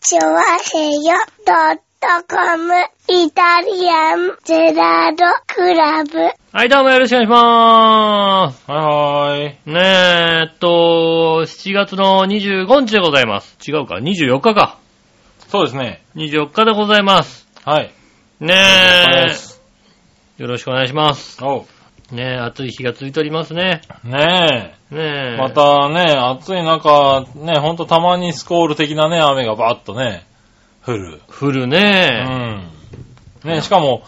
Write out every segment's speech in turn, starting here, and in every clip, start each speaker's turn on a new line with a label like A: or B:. A: チョワヘヨドットコムイタリアンゼラードクラブ。
B: はい、どうもよろしくお願いしまーす。
C: はいはーい。
B: ねえ、えっと、7月の25日でございます。違うか、24日か。
C: そうですね。
B: 24日でございます。
C: はい。
B: ね
C: お疲れ様
B: え
C: で、す
B: よろしくお願いします。
C: お
B: ねえ、暑い日が続いておりますね。
C: うね
B: ね
C: え。
B: え。
C: ま。たね、暑い中、ね、ほんとたまにスコール的なね、雨がバーッとね、降る。
B: 降る
C: う
B: ね
C: ん。ね、しかも、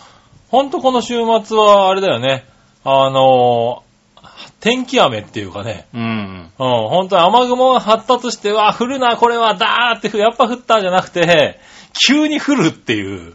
C: ほんとこの週末はあれだよね。あのー、天気雨っていうかね。
B: うん。
C: うん、本当に雨雲が発達して、わあ、降るな、これは、だーって、やっぱ降ったじゃなくて、急に降るっていう。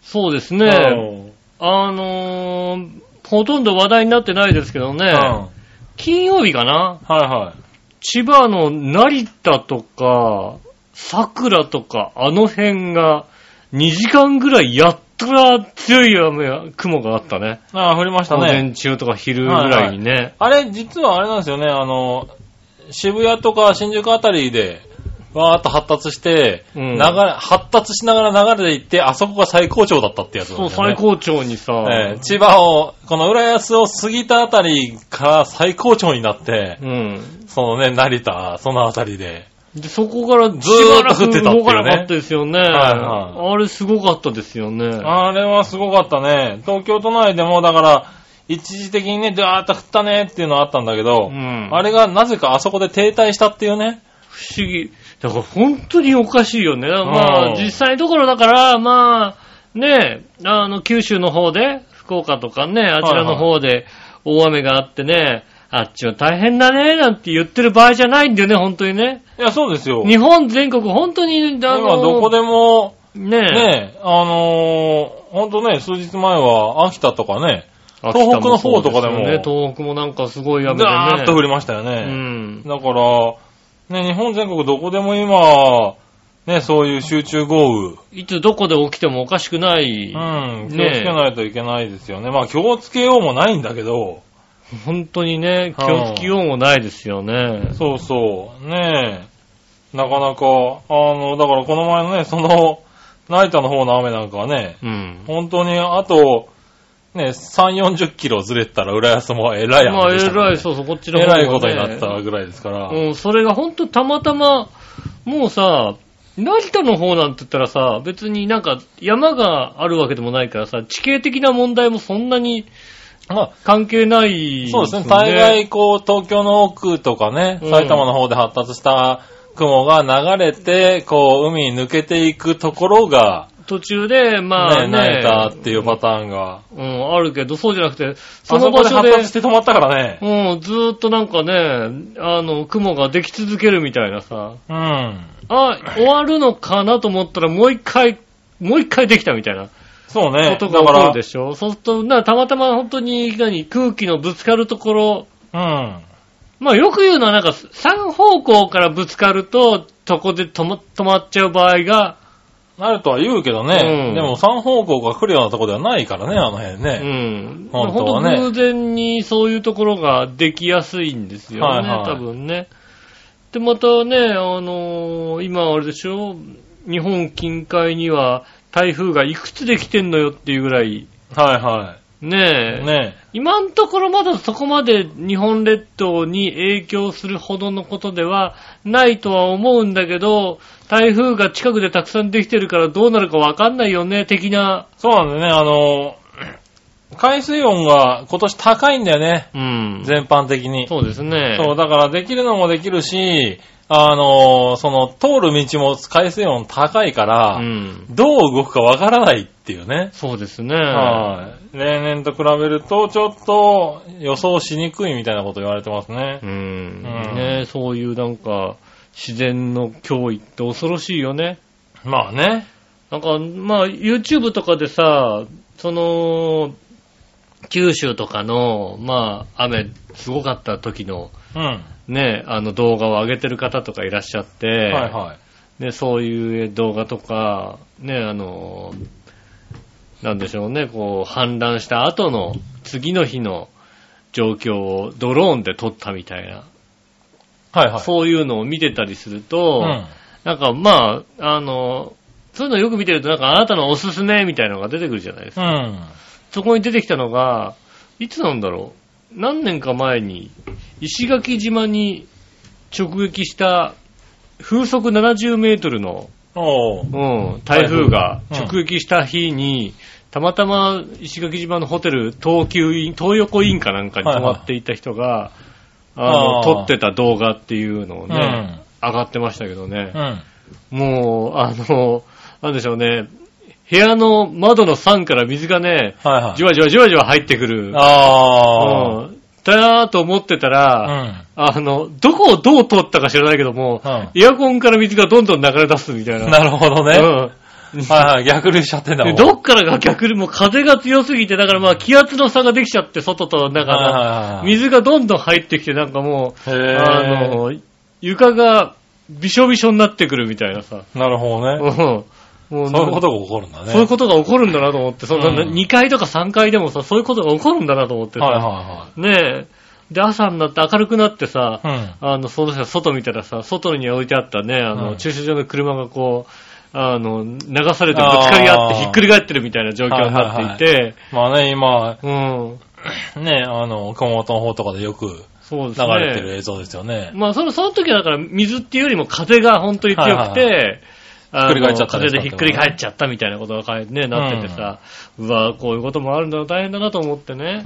B: そうですね。
C: うん
B: あのー、ほとんど話題になってないですけど
C: う
B: ね
C: ん。。は
B: 金曜日かない
C: はい。
B: 千葉の成田とか、桜とか、あの辺が、2時間ぐらいやったら強い雨や、雲があったね。
C: ああ、降りました
B: 午
C: ね。
B: 前中とか昼ぐらいにね。
C: あれ、実はあれなんですよね、あの、渋谷とか新宿あたりで、わーっと発達して、
B: うん
C: 流れ、発達しながら流れていって、あそこが最高潮だったってやつなん
B: そう、
C: ですよね
B: 最。高潮にさ、
C: ええ千葉を、この浦安を過ぎたあたりから最高潮になって、
B: うん。
C: そのね、成田、そのあたりで。
B: で、そこからず
C: ーっと降ってたっていうね
B: 動かなかったですよね。
C: はい
B: あれすごかったですよね。
C: あれはすごかったね。東京都内でも、だから、一時的にね、ダーッと降ったねっていうのはあったんだけど、
B: うん
C: あれがなぜかあそこで停滞したっていうね。
B: 不思議。だから本当におかしいよね。まあ、
C: うん
B: 実際どころだから、まあ、ねえ、あの、九州の方で、福岡とかね、あちらの方で大雨があってね、あっちは大変だね、なんて言ってる場合じゃないんだよね、本当にね。
C: いや、そうですよ。
B: 日本全国、本当に、あ
C: 今
B: の、
C: どこでも、
B: ね え、
C: ねえ、あのー、ほんとね、数日前は秋田とかね、
B: 秋田もそうすよ
C: 東北の方とかでも
B: ね、東北もなんかすごい
C: ダ
B: 雨でね。
C: ーッと降りましたよ
B: う
C: ね。
B: ん。
C: だから、ね、日本全国どこでも今、ね、そういう集中豪
B: いつどこで起きてもおかしくない、
C: 雨、うん、気をつ
B: ねえ
C: けないといけないですよね。まあ、気をつけようもないんだけど、
B: 本当にね、気をつけようもないですよね。
C: そうそう、ねえ、なかなか、あの、だからこの前のね、その、成田の方の雨なんかはね、
B: うん。
C: 本当に、あと、ね、3、40キロずれてたら、浦安もえらい
B: まあ、
C: 雨
B: え
C: でしたかららね
B: い、そうそう、こっちの
C: え
B: 方
C: らい
B: が
C: ことに
B: ね
C: なったぐらいですから。
B: うん、それがほんとたまたま、もうさ、成田の方なんて言ったらさ、別になんか山があるわけでもないからさ、地形的な問題もそんなに
C: まあ、
B: 関係ない、
C: そうですね。大概、こう、東京の奥とかね、
B: うん
C: 埼玉の方で発達した雲が流れて、こう、海に抜けていくところが、
B: 途中で、まあ
C: ね、
B: ね、
C: 成田っていうパターンが、
B: うん、あるけど、そうじゃなくて、そ
C: あ
B: の
C: そ
B: 場
C: こで
B: 所
C: 発
B: で、
C: 達して止まったからね。
B: うん、ずーっとなんかね、あの、雲ができ続けるみたいなさ、
C: うん。
B: あ、終わるのかなと思ったら、もう一回、もう一回できたみたいな。
C: そうね。
B: ことが起こるでしょそうすると、な、たまたま本当に、何、空気のぶつかるところ、
C: うん。
B: まあよく言うのはなんか、3方向からぶつかると、そこで止ま止まっちゃう場合が、
C: なるとは言うけどね、
B: うん
C: でも3方向が来るようなとこではないからね、あの辺ね。
B: うん。
C: 本当はね
B: まあ本当偶然にそういうところができやすいんですよね、
C: はいは
B: 多
C: い
B: 分ね。で、またね、あのー今あれでしょ日本近海には台風がいくつできてんのよっていうぐらい、
C: はいは
B: ねえ
C: い。、ね
B: 今のところまだそこまで日本列島に影響するほどのことではないとは思うんだけど、台風が近くでたくさんできてるからどうなるかわかんないよね、的な。
C: そうなんだよね、あの、海水温が今年高いんだよね、
B: うん。
C: 全般的に。
B: そうですね。
C: そう、だからできるのもできるし、あの、その、通る道も海水温高いから、
B: うん。
C: どう動くかわからないっていうね。
B: そうですね。
C: はい。例年と比べると、ちょっと予想しにくいみたいなこと言われてますね
B: う。ん。
C: うん
B: ねそういうなんか、自然の脅威って恐ろしいよね。
C: まあね。
B: なんか、まあ、YouTube とかでさ、その、九州とかの、まあ、雨、すごかった時の、
C: うん。
B: ね、あの動画を上げてる方とかいらっしゃって、
C: はいはい。
B: ね、そういう動画とか、ね、あの、なんでしょうね、こう、氾濫した後の、次の日の状況をドローンで撮ったみたいな、
C: はいはい。
B: そういうのを見てたりすると、
C: うん。
B: なんかまあ、あの、そういうのよく見てるとなんかあなたのおすすめみたいなのが出てくるじゃないですか。
C: うん。
B: そこに出てきたのが、いつなんだろう何年か前に、石垣島に直撃した風速70メートルの、
C: お
B: う
C: う
B: ん、台風が
C: 台風うん
B: 直撃した日に、たまたま石垣島のホテル、東急イン、東横インかなんかに泊まっていた人が、あの、
C: あー
B: 撮ってた動画っていうのを
C: う
B: ね、
C: ん。
B: 上がってましたけどね
C: う。ん。
B: もう、あの、なんでしょうね、部屋の窓の桟から水がね、
C: はいはい。
B: じわじわじわじわ入ってくる。
C: ああ。
B: うん。だーと思ってたら、
C: ん。
B: あの、どこをどう通ったか知らないけども、
C: うん
B: エアコンから水がどんどん流れ出すみたいな。
C: なるほどね。
B: うん
C: はいはい。逆流しちゃってんだ
B: で
C: もん。
B: どっからが逆にもう風が強すぎて、だからまあ気圧の差ができちゃって、外と中
C: はい
B: の。
C: はいはい。
B: 水がどんどん入ってきて、なんかもう、
C: へー
B: あの、床がびしょびしょになってくるみたいなさ。
C: なる
B: う
C: ほど
B: ん
C: ね。
B: もう
C: そういうことが起こるんだね。
B: そういうことが起こるんだなと思って、そんな
C: うん
B: 2階とか3階でもさ、そういうことが起こるんだなと思ってさ、
C: はいは
B: ねえ。で、朝になって明るくなってさ、
C: いはい。
B: あの、その人が外見たらさ、外に置いてあったね、あの、
C: うん
B: 駐車場の車がこう、あの、流されてぶつかり合って
C: あー
B: ひっくり返ってるみたいな状況になっていて、
C: うん。まあね、今、
B: うん。
C: ね、あの、熊本の方とかでよく
B: そうで
C: 流
B: すね。
C: れてる映像ですよね。
B: まあ、その、その時はだから水っていうよりも風が本当に強く
C: はい
B: て、あ
C: ひっくり返っちゃ
B: の
C: った
B: 風
C: り
B: でひっくり返っちゃったみたいなことが書いてね、なっててさ、うわこういうこともあるんだな、大変だなと思ってね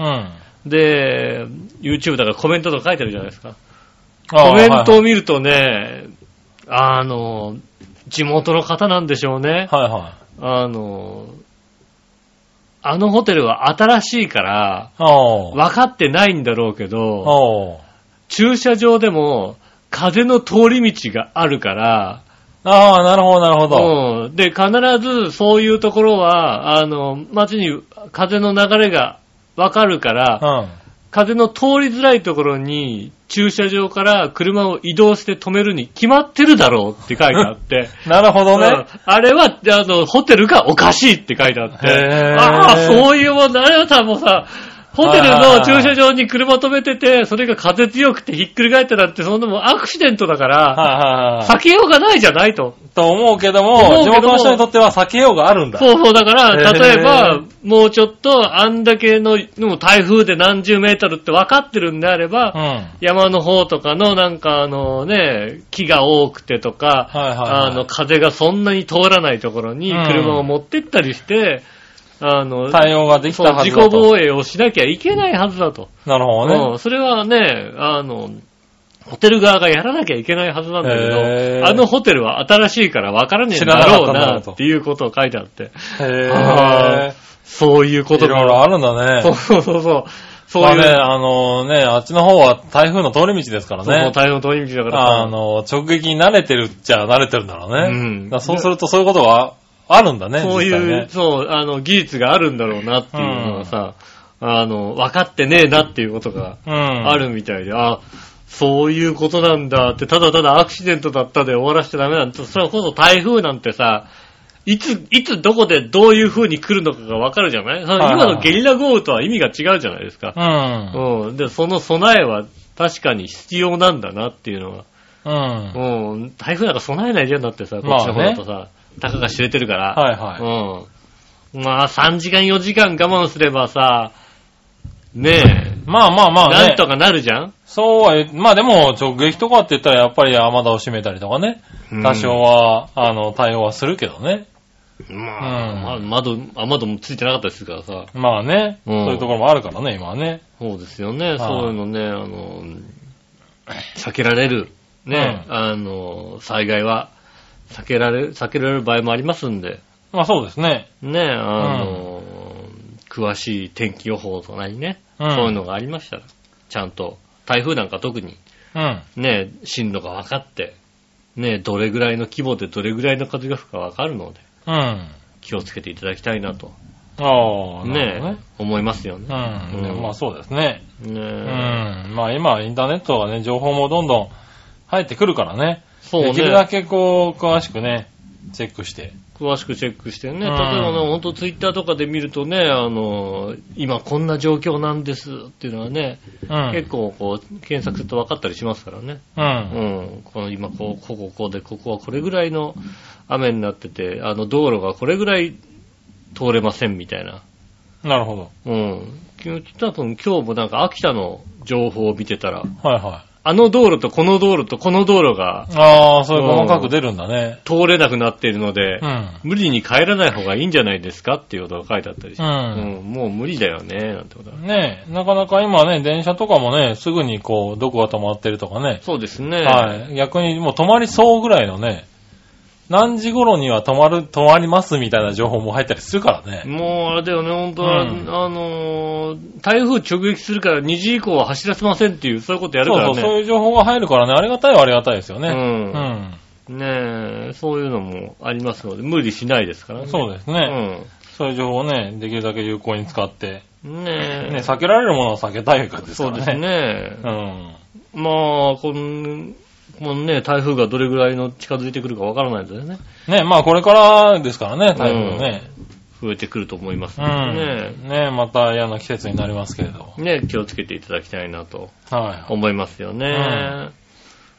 C: う。ん。
B: で、YouTube だからコメントとか書いてるじゃないですか。
C: あー
B: コメント
C: は
B: を見るとね、あの、地元の方なんでしょうね
C: い。はいはい。
B: あの、あのホテルは新しいから、
C: おー。
B: 分かってないんだろうけど、
C: おー。
B: 駐車場でも風の通り道があるから、
C: ああ、なるほど、なるほど。
B: うん、で、必ずそういうところは、あの、街に風の流れが分かるから、
C: う
B: 風の通りづらいところに駐車場から車を移動して止めるに決まってるだろうって書いてあ って。
C: ん。なるほど
B: うん
C: ね。
B: あれは、あの、ホテルがおかしいって書いてあって。
C: へー
B: ああ、そういうもんだ。あなたもさ、ホテルの駐車場に車止めてて、それが風強くてひっくり返ってなんて、そんなもんアクシデントだから、
C: はいはい
B: 避
C: は
B: けようがないじゃないと。
C: い。と思うけど
B: 思う
C: も、
B: け
C: 地
B: ども
C: 元の人にとっては避けようがあるんだ。
B: そうそう、だから、
C: へー
B: 例えば、もうちょっと、あんだけの、もう台風で何十メートルって分かってるんであれば、
C: うん。はい
B: 山の方とかのなんかあのね、木が多くてとか、
C: はいはい。
B: あの風がそんなに通らないところに
C: うん
B: 車を持ってったりして、あの、
C: 対応ができ
B: そ
C: た
B: う
C: はず
B: 自己
C: だと。
B: 防衛をしなきゃいけないはずだと。
C: なるほど
B: うん
C: ね。
B: それはね、あの、ホテル側がやらなきゃいけないはずなんだけ
C: へ
B: ど、
C: ー
B: あのホテルは新しいから分からねえん
C: 知らな
B: だ
C: かっ
B: ろ
C: た
B: うん
C: だ
B: な
C: ろうと
B: っていうことを書いてあって、
C: へ
B: あ
C: え。
B: そういうこ
C: い
B: と
C: ろいろあるんだ
B: そ
C: ね
B: う。そうそうそう。そう
C: まあ
B: いう、
C: ね、あのね、あっちの方は台風の通り道ですから
B: そう
C: ね。
B: 台風の通り道だからさ
C: あの、直撃に慣れてるっちゃ慣れてるんだろうね。
B: うん
C: だからそうするとそういうことがあるんだね、
B: そう
C: 実際
B: いう、
C: ね。
B: そう、あの、技術があるんだろうなっていうのはさ、あの、分かってねえなっていうことが
C: うん。
B: あるみたいで、あ、そういうことなんだって、ただただアクシデントだったで終わらせちゃダメなんだ。それこそ台風なんてさ、いつ、いつどこでどういう風に来るのかが分かるじゃないその
C: はいはいはい
B: 今のゲリラ豪雨とは意味が違うじゃないですか
C: う。ん。
B: うん。で、その備えは確かに必要なんだなっていうのは。
C: うん。はい
B: うん。台風なんか備えないじゃんだってさ、こっちの方だとさ、たかが知れてるから。
C: は
B: うん。まあ、3時間4時間我慢すればさ、ね
C: い。まあまあま
B: え、
C: あ
B: な
C: ね
B: ん。とかなるじゃん
C: そうは言う、まあでも直撃とかって言ったらやっぱり雨戸を閉めたりとかね。多少は、あの、対応はするけどね。
B: まあ、
C: う
B: 窓、あ窓もついてなかったりするからさ。
C: まあね、
B: うん
C: そういうところもあるからね、今はね。
B: そうですよね、
C: い
B: そういうのね、あの、避けられる、ね、あの、災害は、避けられ、避けられる場合もありますんで、
C: まあそうですね。
B: ね、あの、詳しい天気予報とかにね、
C: うん
B: そういうのがありましたら、ちゃんと、台風なんか特に、
C: うん。
B: ね、進路が分かって、ね、どれぐらいの規模でどれぐらいの風が吹くか分かるので、
C: うん。
B: 気をつけていただきたいなと、
C: ああ、なるほど
B: ね
C: ね。、
B: 思いますよ
C: う
B: ね。
C: ん。
B: うん
C: まあそうですね。
B: ね
C: うん。まあ今、インターネットがね、情報もどんどん入ってくるからね。
B: そう
C: できるだ
B: ね。
C: けこう、詳しくね、チェックして。
B: 詳しくチェックしてね。例え
C: うん
B: ばね、ほんとツイッターとかで見るとね、あの、今こんな状況なんですっていうのはね、
C: うん。
B: 結構こう、検索すると分かったりしますからね。
C: う。
B: うんん。この今こう、こここうで、ここはこれぐらいの雨になってて、あの道路がこれぐらい通れませんみたいな。
C: なるほど。
B: うん。昨日多分今日もなんか秋田の情報を見てたら、
C: はいはい。
B: あの道路とこの道路とこの道路が
C: ああ、そういう細かく出るんだね。
B: 通れなくなっているので、
C: うん。
B: 無理に帰らない方がいいんじゃないですかっていうことが書いてあったりして、
C: うん
B: うんもう無理だよね、なんてことは
C: ねえ、なかなか今ね、電車とかもね、すぐにこう、どこが止まってるとかね。
B: そうですね。
C: はい。逆にもう止まりそうぐらいのね、何時頃には止まる、止まりますみたいな情報も入ったりするからね。
B: もうあれだよね、本当は、
C: うん
B: あのー台風直撃するから2時以降は走らせませんっていう、そういうことやる
C: そ
B: か
C: う
B: らね。
C: そう、そういう情報が入るからね、ありがたいはありがたいですよね。
B: うん
C: うん。
B: ねえ、そういうのもありますので、無理しないですからね。
C: そう
B: で
C: ですね。
B: ね。
C: そういう情報をね、できるだけ有効に使って、
B: うん。ねえ。
C: ね、避けられるものは避けたいからです
B: そ
C: から
B: うで
C: ね。
B: すね。
C: うん。
B: まあ、この、このね、台風がどれぐらいの近づいてくるかわからないですよね。
C: ね、まあこれからですからね、台風ね。
B: 増えてくると思います
C: う
B: の
C: ん。
B: でね。
C: ねまた嫌な季節になりますけれど。
B: ね、気をつけていただきたいなと
C: は
B: 思いますよね。
C: い。ね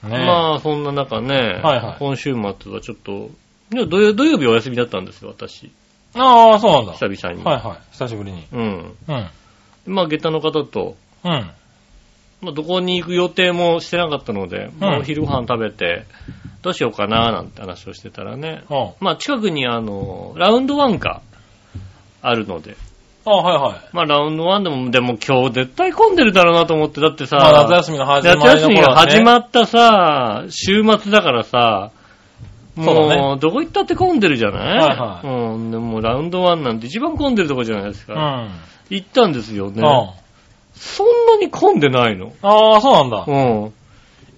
B: まあ、そんな中ね、
C: はいはい
B: 今週末はちょっと、ね土曜土曜日お休みだったんですよ、私。
C: ああ、そうなんだ。
B: 久々に。
C: はいはい。久しぶりに。
B: うん。
C: うん。
B: まあ、下駄の方と、
C: うん。
B: まあ、どこに行く予定もしてなかったので、まあ
C: うん
B: お昼ご飯食べて、どうしようかな、なんて話をしてたらね、
C: あ
B: まあ、近くにあの、ラウンドワンがあるので、
C: あ、はいはい。
B: まあ、ラウンドワンでも、でも今日絶対混んでるだろうなと思って、だってさ、
C: まあ夏休みの始まりの
B: 夏休みが
C: 頃だね
B: 始まったさ、週末だからさ、
C: そうだ
B: もう、どこ行ったって混んでるじゃない
C: はいはい
B: うん、でもラウンドワンなんて一番混んでるとこじゃないです
C: う
B: か。
C: ん。
B: 行ったんですよね。
C: あ
B: そんなに混んでないの。
C: ああ、そうなんだ。
B: うん。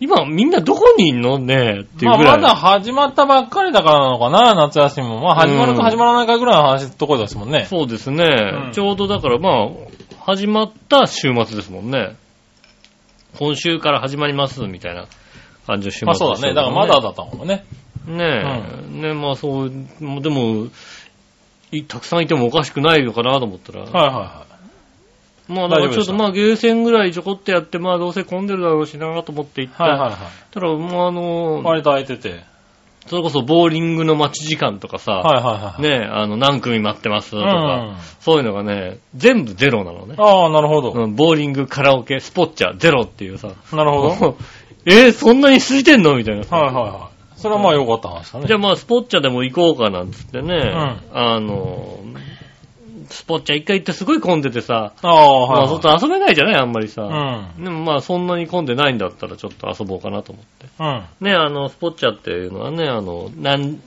B: 今、みんなどこにいんのねっていう
C: まあ
B: ぐら
C: ま
B: い。
C: だ始まったばっかりだからなのかな、夏休みも。まあ始まる
B: うん
C: か始まらないかぐらいの話ところですもんね。
B: そうですね、
C: うん
B: ちょうどだからまあ、始まった週末ですもんね。今週から始まります、みたいな感じの週末で
C: まあ
B: したも
C: そ
B: ん
C: うだね。だからまだだったもんね。
B: ねえ、ねえ、まあそう、もうでも、いたくさんいてもおかしくないのかなと思ったら、
C: はいは
B: まあだからちょっ
C: 大丈夫でし
B: と
C: た
B: まあゲーセンぐらいちょこっとやって、まあどうせ混んでるだろうしなと思って行っ
C: い
B: た,、
C: はい。はいはいは
B: たら、もうあ
C: い。
B: の、
C: 割と空いてて。
B: それこそボーリングの待ち時間とかさ、
C: はいはいはい。
B: ねえ、あの何組待ってますと
C: うん。
B: か、
C: あ
B: そういうのがね、全部ゼロなのね。
C: あ、なるほど。
B: うんボーリング、カラオケ、スポッチャ、ゼロっていうさ。
C: なる ほど。
B: えーそんなに空いてんのみたいな。
C: はいはいはい。それはまあ良かった話だね。
B: じゃあまあ、スポッチャでも行こうかなんつってね、
C: ん
B: あの、スポッチャ一回行ってすごい混んでてさ、
C: あ
B: ま
C: あ、
B: あ、
C: はいはい。
B: 外遊べないじゃないあんまり
C: う
B: さ。
C: ん。
B: でもまあ、そんなに混んでないんだったらちょっと遊ぼうかなと思って。
C: うん。
B: ね、あの、スポッチャっていうのはね、あの、なん、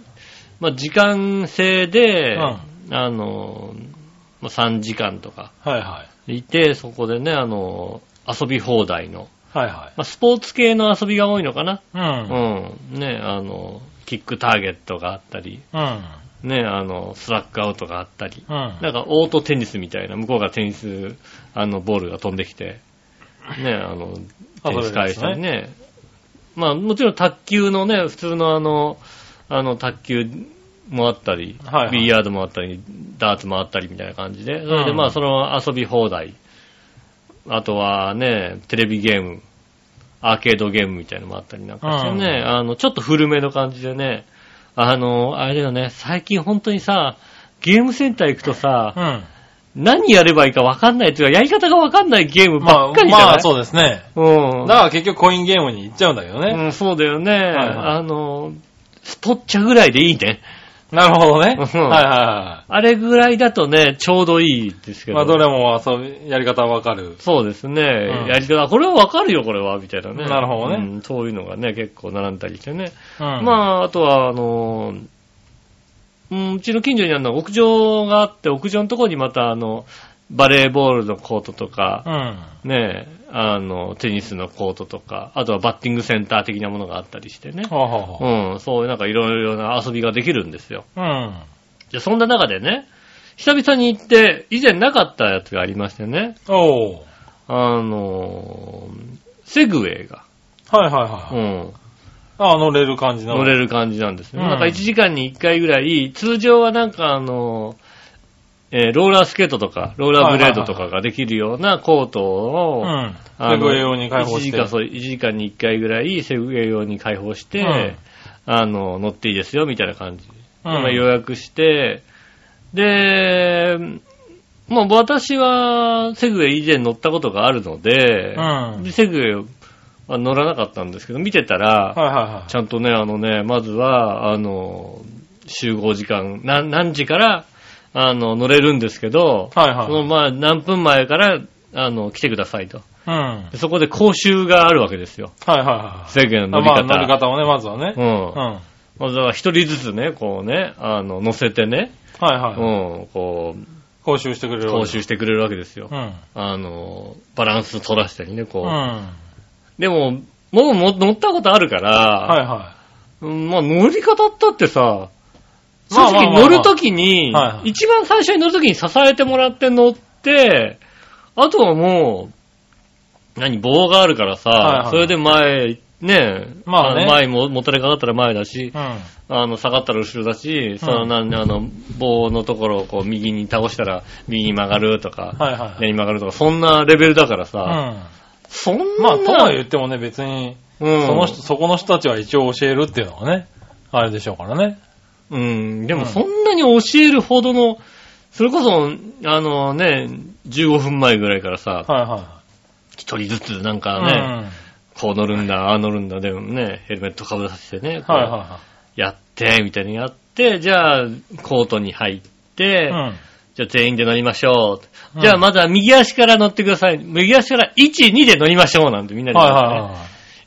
B: まあ、時間制で、
C: う
B: あの、まあ、3時間とか
C: はいはい。
B: いて、そこでね、あの、遊び放題の、
C: はいは
B: まあ、スポーツ系の遊びが多いのかな。
C: い。うん。
B: うん。ね、あの、キックターゲットがあったり、
C: うん。
B: ね、あの、スラックアウトがあったり、
C: うん。
B: なんかオートテニスみたいな、向こうがテニス、あの、ボールが飛んできて、ね、あの、テニス返したりね。まあ、もちろん卓球のね、普通のあの、あの、卓球もあったり、
C: はいはい
B: ビリヤードもあったり、ダーツもあったりみたいな感じで、それで
C: うん
B: まあ、その遊び放題、あとはね、テレビゲーム、アーケードゲームみたいなのもあったりなんかしてね、あの、ちょっと古めの感じでね、あの、あれだよね、最近本当にさ、ゲームセンター行くとさ、
C: うん。
B: 何やればいいか分かんないっていうか、やり方が分かんないゲーム
C: ま
B: ば
C: あ、
B: っかりじゃない、
C: まあそうですね。
B: う
C: だ
B: ん。
C: から結局コインゲームに行っちゃうんだけどね。
B: うん、そうだよね。
C: はいはい
B: あの、スポッチャぐらいでいいね。
C: なるほどね。
B: うん
C: はいはいは
B: あれぐらいだとね、ちょうどいいです
C: い。
B: けど。
C: まあどれも遊び、やり方わかる。
B: そうですね。
C: ん
B: やり方、これはわかるよ、これは、みたいなね。
C: なるほどね
B: うんそういうのがね、結構並んだりしてね。
C: うん。
B: ま
C: あ、
B: あ、あとは、あの、うんうちの近所にあるのは屋上があって、屋上のところにまた、あの、バレーボールのコートとか、
C: うん。
B: ねえ、あの、テニスのコートとか、あとはバッティングセンター的なものがあったりしてね。
C: ほうほうほ
B: うん、そういうなんかいろいろな遊びができるんですよ。
C: う。うん。
B: で、そんな中でね、久々に行って、以前なかったやつがありましてね、
C: おう。
B: あのーセグウェイが、
C: はいはいは
B: う
C: い。
B: ん、
C: あ、乗れる感じなの。
B: 乗れる感じなんですね。
C: うん
B: なんか1時間に1回ぐらい、通常はなんかあの、えーローラースケートとか、ローラーブレードとかができるようなコートを、
C: うん。
B: あ
C: セ
B: の
C: グウェイ用に開放
B: 1
C: し
B: 時
C: て。
B: 間、そう、1時間に1回ぐらいセグウェイ用に開放して、
C: うん
B: あの、乗っていいですよ、みたいな感じ。
C: うん
B: 今予約して、で、まあ私はセグウェイ以前乗ったことがあるので、
C: うん
B: でセグウェイは乗らなかったんですけど、見てたら、
C: はいはいはい
B: ち。ゃんとね、あのね、まずは、あの、集合時間、な何時から、あの、乗れるんですけど、
C: はい
B: その
C: は
B: まあ何分前から、あの、来てくださいと。
C: い。うん。はい
B: でそこで講習があるわけですよ。
C: はいはい。
B: 制限の乗り
C: まあ、
B: 方。
C: 乗り方をね、まずはね。
B: う。
C: うんん。はい
B: まあだから一人ずつね、こうね、あの、乗せてね、う
C: はい。
B: ん、こう、
C: 講習してくれるわ
B: 講
C: け。
B: 習してくれるわけですよ
C: う。ん。
B: あの、バランス取らしたりね、
C: う
B: こ
C: ん。
B: う。
C: は
B: でも、もうも乗ったことあるから、
C: いは
B: うんまあ乗り方ったってさ、正
C: ま
B: 直
C: あまあまあまあ
B: 乗るときに
C: はいは、い
B: 一番最初に乗るときに支えてもらって乗って、あとはもう、何、棒があるから
C: はい
B: さ
C: は、い
B: それで前、ね
C: まあね
B: の前ももたれかかったら前だし
C: い。、うん。
B: あの、下がったら後ろだし、その、なんあの、棒のところをこう右に倒したら右に曲がるとか、
C: はいはい。
B: 左に曲がるとか、そんなレベルだから
C: う
B: さ、
C: ん。
B: そんな、
C: まあ、とは言ってもね、別に、
B: うん
C: その人、そこの人たちは一応教えるっていうのはね、あれでしょうからね。
B: うん、でも
C: うん
B: そんなに教えるほどの、それこそ、あのね、15分前ぐらいからさ、
C: はいは
B: 一人ずつなん
C: い。
B: かね、こう乗るんだ、ああ乗るんだ、でもね、ヘルメットかぶらせてね、
C: うん。
B: こう
C: はいは
B: やって、みたいにやって、じゃあ、コートに入って、
C: いはい。
B: じゃあ全員で乗りましょう。
C: うん
B: じゃあまずは右足から乗ってください。右足から1、2で乗りましょうなんてみん
C: う。
B: なんで言う
C: はい
B: からね、
C: はいは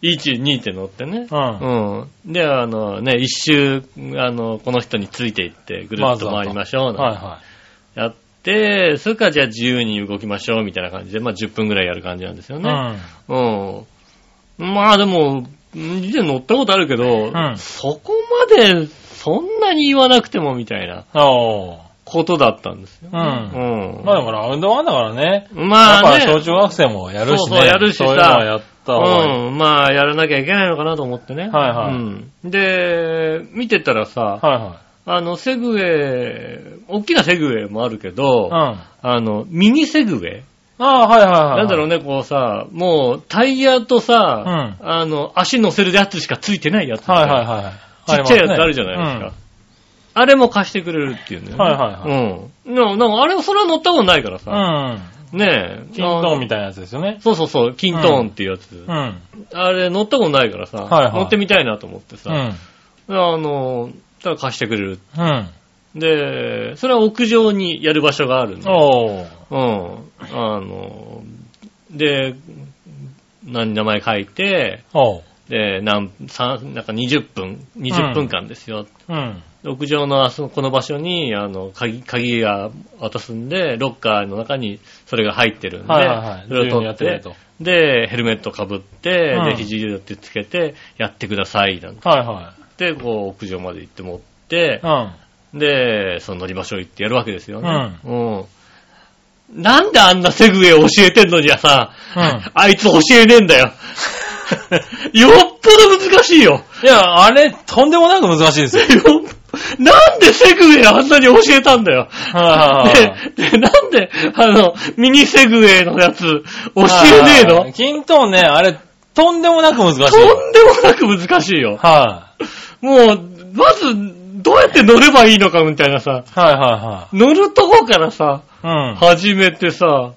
C: い。
B: 1、2って乗ってね。
C: うん
B: うん。で、あのね、一周、あの、この人についていって、ぐるっと回りましょう、
C: はいは
B: やって、それからじゃあ自由に動きましょう、みたいな感じで、まあ10分ぐらいやる感じなんですよ
C: い。
B: ね。うん。まあでも、以前乗ったことあるけど、
C: うん
B: そこまで、そんなに言わなくてもみたいな
C: うん。おー。
B: ことだったんですよ。
C: う。
B: うんん。
C: まあでもラウンドワンだからね。
B: ま
C: やっ
B: あ
C: ぱ
B: ね、
C: 小中学生もやるし
B: そうそう
C: ね。
B: やるしさ
C: そういうのはやった方がいい。
B: うん、まあやらなきゃいけないのかなと思ってね。
C: はいはい
B: うん。で、見てたらさ、
C: は
B: あの、セグウェイ、大きなセグウェイもあるけど、
C: いはい。うん。
B: あの、ミニセグウェイ
C: ああ、はいはいはい。
B: なんだろうね、こうさ、もうタイヤとさ、あの、足乗せるやつしかついてないやつ。
C: はいはいは
B: ち
C: い。
B: っちゃいやつあるじゃない
C: あり
B: で
C: ます
B: か。あれも貸してくれるっていうね。
C: はいはい
B: うん。でもなんかあれ、それは乗ったことないから
C: す
B: さ。ねえ。
C: ね。うん。金
B: あ
C: ン
B: の
C: みたいなやつですよね。
B: そうそうそう、キントーンっていうやつ。
C: うん。うん。
B: あれ乗ったことないからさ、
C: はいはい
B: 乗ってみたいなと思ってさ。
C: うん。
B: あの、ただ貸してくれる。
C: うん。
B: で、それは屋上にやる場所があるんで。
C: おー。
B: うん。あの、で、何名前書いて、
C: おー。
B: で、なん、三なんか20分、20分間ですよ。
C: うん。
B: 屋上のあそこの場所に、あの、鍵、鍵が渡すんで、ロッカーの中にそれが入ってるんで、
C: はいはいはい。
B: それを取
C: や
B: っ
C: ってくれ
B: て
C: と。、
B: で、ヘルメットかぶって、
C: うん
B: で、肘でってつけて、やってください、なん
C: はいは
B: て、こう、屋上まで行って持って
C: い。う、ん。
B: で、その乗り場所行ってやるわけですよね。うん。なんであんなセグウェイを教えてんのにはさ、
C: うん
B: あいつ教えねえんだよ。 よっぽど難しいよ。
C: いや、あれ、とんでもなく難しいですよ。
B: よっなんでセグウェイあんなに教えたんだよ。
C: はいはいはい。
B: でで、なんで、あの、ミニセグウェイのやつ、教えねえの
C: 金トンね、あれ、とんでもなく難し
B: と
C: い。
B: んでもなく難しいよ。
C: は
B: もう、まず、どうやって乗ればいいのかみたいなさ、
C: い。はいは
B: 乗るとこからさ、
C: い はい。うん。
B: 始めてさ、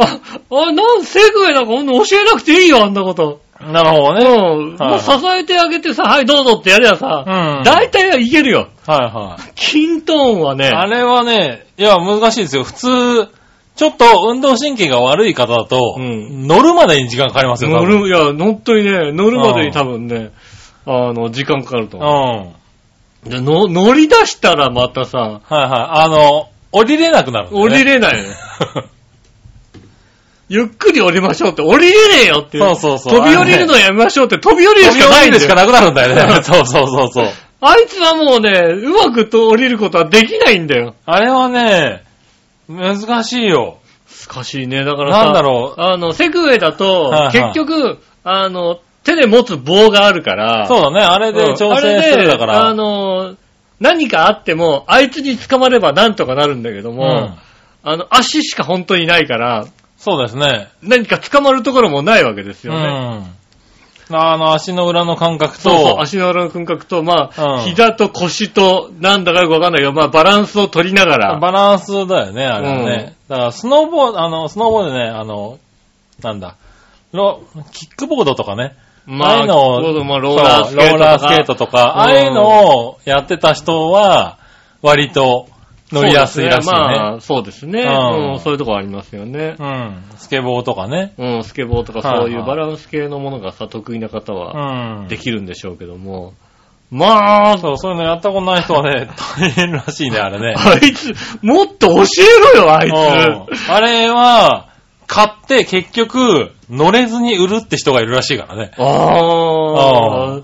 B: あ、あ、なん、セグウェイなんかほんの教えなくていいよ、あんなこと。
C: なるほど
B: う
C: ね。
B: ん
C: はい。
B: もう支えてあげてさ、はい、どうぞってやりゃさ、
C: うん
B: 大体はいけるよ。
C: は
B: キントーンはね、
C: い。あれはね、いや、難しいですよ。普通、ちょっと運動神経が悪い方だと、
B: うん
C: 乗るまでに時間かかりますよ、
B: 乗
C: 多分。
B: る、いや、本当にね、乗るまでに多分ね、あの、時間かかると
C: うん。
B: 思
C: は
B: う。での乗り出したらまたさ、
C: いはい。あの、降りれなくなるんだね、
B: 降りれないよね。ゆっくり降りましょうって、降りれねえよって。
C: そうそうそう
B: 飛び降りるのやめましょうって、飛び降りる
C: 飛
B: し
C: び
B: か
C: 降
B: な
C: り
B: いん
C: る
B: で
C: し
B: す
C: か
B: よ。
C: なくなるんだよね。 そうそうそうそう。
B: あいつはもうね、うまくと降りることはできないんだよ。
C: あれはね、難しいよ。
B: 難しいね。だからさ、
C: なんだろ
B: あの、セグウェイだと
C: はいは、い
B: 結局、あの、手で持つ棒があるから、
C: そうだね、あれで調整してるだか
B: うんあ
C: ら。
B: れであの、何かあっても、あいつに捕まればなんとかなるんだけども、
C: うん
B: あの、足しか本当にないから、
C: そうですね。
B: 何か捕まるところもないわけです
C: う
B: よね。
C: ん。あの、足の裏の感覚
B: そうそう、
C: と、
B: 足の裏の感覚と、まあ、
C: うん
B: 膝と腰と、なんだかよくわかんないけど、まあ、バランスを取りながら、
C: バランスだよね、あれはね。だから、スノーボード、あの、スノーボードでね、あの、なんだ、ロ、キックボードとかね。ああいうのを
B: そうそうまあローラー
C: そ
B: ス
C: う
B: ケート
C: ロー
B: とか。
C: ラースケートとか、ああいうのをやってた人は、割と乗りやすいら
B: そうで
C: しい
B: すま
C: ね。
B: あ、そうですね、
C: うん
B: うんそういうとこありますよね。
C: うん。スケボーとかね。
B: うん、スケボーとか
C: はいはい
B: そういうバランス系のものがさ、得意な方
C: う
B: は
C: ん。
B: できるんでしょうけども。まあ、
C: そう、そういうのやったことない人はね、 大変らしいね、あれね。
B: あいつ、もっと教えろよ、あ
C: う
B: い
C: んあれは、買って結局、乗れずに売るって人がいるらしいからね。
B: つ。ああ。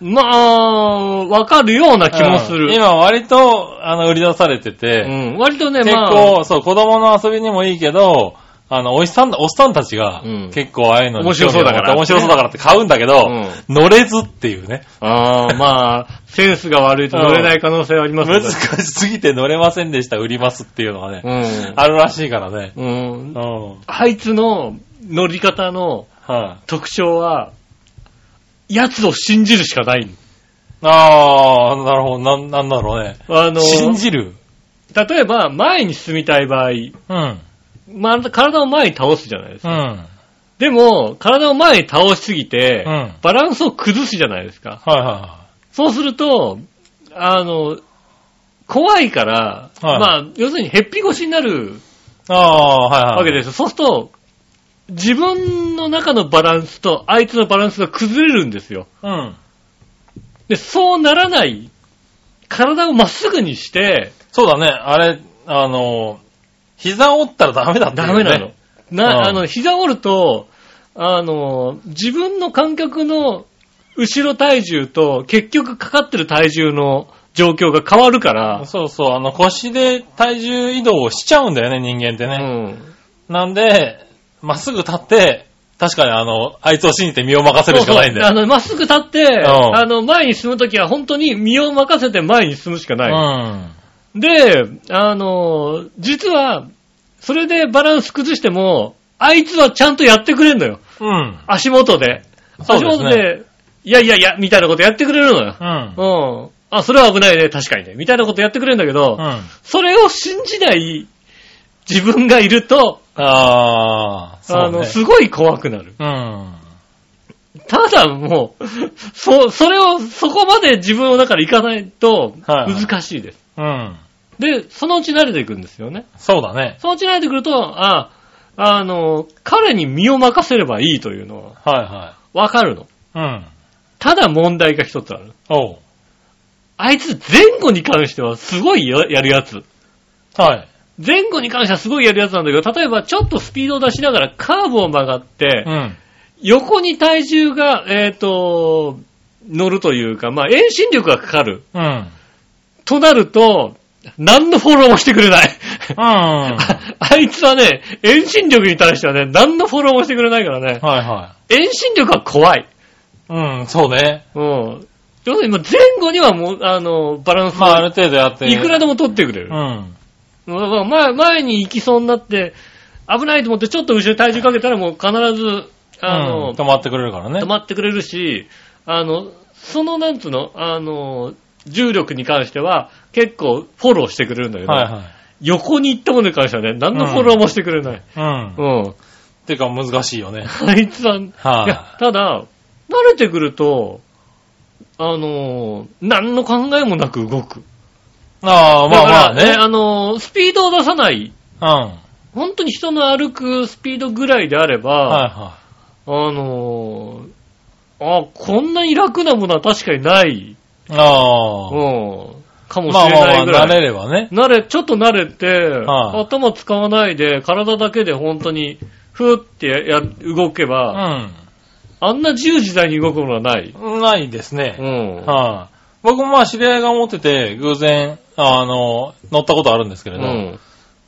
B: まあ、わかるような気もす
C: う
B: る
C: ん。今割と、あの、売り出されて
B: う
C: て、
B: ん、割とね、
C: 結
B: まあ。
C: 構、そう、子供の遊びにもいいけど、あの、おじさん、おっさんたちが
B: うん、
C: 結構ああいうのに
B: 面白そうだから
C: 興味を持って面白そうだからって買うんだけど、
B: う
C: 乗れずっていうね。
B: ああ、まあ、センスが悪いと乗れない可能性はあります
C: 難
B: ね。
C: しすぎて乗れませんでした、売りますっていうのがね、
B: うん
C: あるらしいからね。
B: うん
C: う。ん。
B: あいつの乗り方の
C: はい。
B: 特徴は、奴を信じるしかない。
C: ああ、なるほど。なん、なんだろうね。
B: あの、
C: 信じる。
B: 例えば、前に進みたい場合、
C: うん。
B: まあ、体を前に倒すじゃないですか。
C: うん。
B: でも、体を前に倒しすぎて、
C: うん
B: バランスを崩すじゃないですか。
C: はいは
B: そうすると、あの、怖いから、
C: はい
B: まあ、要するに、へっぴ腰になる
C: い。ああ、はいはい。。
B: わけですす。そうすると、自分の中のバランスと相手のバランスが崩れるんですよ。
C: うん。
B: で、そうならない、体をまっすぐにして、
C: そうだね。あれ、あの、膝折ったらダメだってい
B: ダ
C: うね。
B: メなの。
C: うん
B: な、あの、膝折ると、あの、自分の感覚の後ろ体重と結局かかってる体重の状況が変わるから、
C: そうそう。あの、腰で体重移動をしちゃうんだよね、人間って
B: う
C: ね。
B: ん。
C: なんで、まっすぐ立って、確かにあの、あいつを信じて身を任せるしかないんだよ。
B: そうそうあの、まっすぐ立って、
C: ん
B: あの、前に進むときは本当に身を任せて前に進むしかない。
C: うん。
B: で、あの、実は、それでバランス崩しても、あいつはちゃんとやってくれんのよ。
C: うん。
B: 足元で。
C: そうですね
B: 足元で、いやいやいや、みたいなことやってくれるのよ
C: う。ん。
B: うん。あ、それは危ないね、確かにね。みたいなことやってくれるんだけど、
C: うん。
B: それを信じない自分がいると、
C: ああ、そ
B: あ
C: うね
B: の、すごい怖くなる。
C: うん。
B: ただもう、そ、それを、そこまで自分の中でいかないと、
C: はいはい
B: 難しいです。
C: うん。
B: で、そのうち慣れていくんですよね。
C: そうだね。
B: そのうち慣れてくると、あ、あの、彼に身を任せればいいというのは、
C: はいは
B: わかるの。
C: い。うん。
B: ただ問題が一つある。
C: おう。
B: あいつ前後に関してはすごいややるやつ。
C: はい。
B: 前後に関してはすごいやるやつなんだけど、例えばちょっとスピードを出しながらカーブを曲がって、
C: うん。
B: 横に体重が、えっ、と、乗るというか、まあ、遠心力がかかる。
C: うん。
B: となると、何のフォローもしてくれない。
C: うん。は
B: あいつはね、遠心力に対してはね、何のフォローもしてくれないからね
C: い。は
B: 遠心力は怖い。
C: い。うん、そうね。
B: うん。要するに、前後にはもう、あの、バランス
C: まあ、あ
B: を
C: る程度やって。
B: いくら
C: で
B: でも取ってくれる。
C: うん。
B: うん前前に行きそうになって、危ないと思って、ちょっと後ろに体重かけたらもう必ず、あの、
C: うん止まってくれるからね。
B: 止まってくれるし、あの、その、なんつうの、あの、重力に関しては、結構フォローしてくれるんだけど、
C: はいはい。
B: 横に行ったものに関してはね、何のフォローもしてくれない。
C: うん。
B: う
C: っ
B: ん。
C: ていうか難しいよね。
B: あいつは、い
C: はい
B: や、ただ、慣れてくると、あのー、何の考えもなく動く。
C: ああ、まあまあ
B: だから
C: ね。
B: あのー、スピードを出さない、
C: うん。はい
B: 本当に人の歩くスピードぐらいであれば、
C: は
B: あのー、あ、こんなに楽なものは確かにない、
C: い。ああ。
B: うん、かもし
C: まあ
B: れ
C: ま
B: ない
C: あ
B: ぐ
C: ま
B: ら
C: あ、慣
B: い。
C: れればね。
B: 慣れ、ちょっと慣れて、
C: はい
B: 頭使わないで、体だけで本当に、ふーってや、動けば、
C: う
B: あんな自由自在に動くものはない。
C: ん。ないです
B: う
C: ね。
B: ん。
C: はい。僕もまあ知り合いが持ってて、偶然、あの、乗ったことあるんですけ
B: う
C: れど、
B: ん。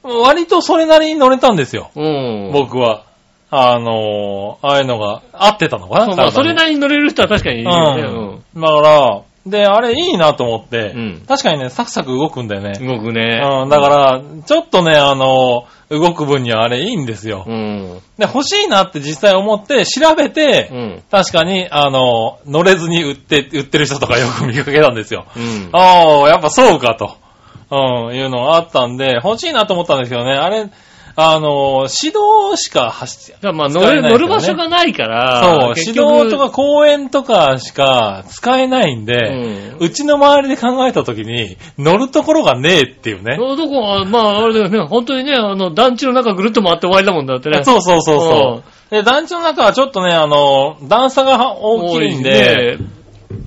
C: 割とそれなりに乗れたんですよ。
B: うん。
C: 僕は。あのーああいうのが合ってたのかな
B: そうまあ、そ
C: 体に
B: れなりに乗れる人は確かにいるよね。うん
C: うん。だから、で、あれいいなと思って、
B: うん
C: 確かにね、サクサク動くんだよね。
B: 動くね。
C: うん、だから、ちょっとね、あの、動く分にはあれいいんですよ。
B: うん。
C: で、欲しいなって実際思って、調べて、
B: うん。
C: 確かに、あの、乗れずに売って、売ってる人とかよく見かけたんですよ。
B: うん。
C: ああ、やっぱそうかと、うん、いうのがあったんで、欲しいなと思ったんですけどね、あれ、あの、指導しか走って、
B: だからまあ乗
C: 使え
B: れ、
C: ない
B: 乗
C: ですよ
B: る
C: ね
B: 場所がないから、
C: そう、
B: 結
C: 指
B: 局
C: 導とか公園とかしか使えないん
B: う
C: で、
B: ん。
C: うちの周りで考えた時に、乗るところがねえっていうね。
B: そうどこは、まあ、あれだよね、本当にね、あの、団地の中ぐるっと回って終わりだもんだってね。
C: そうそうそうそう。で、団地の中はちょっとね、あの、段差が大きいんで、
B: 多いね、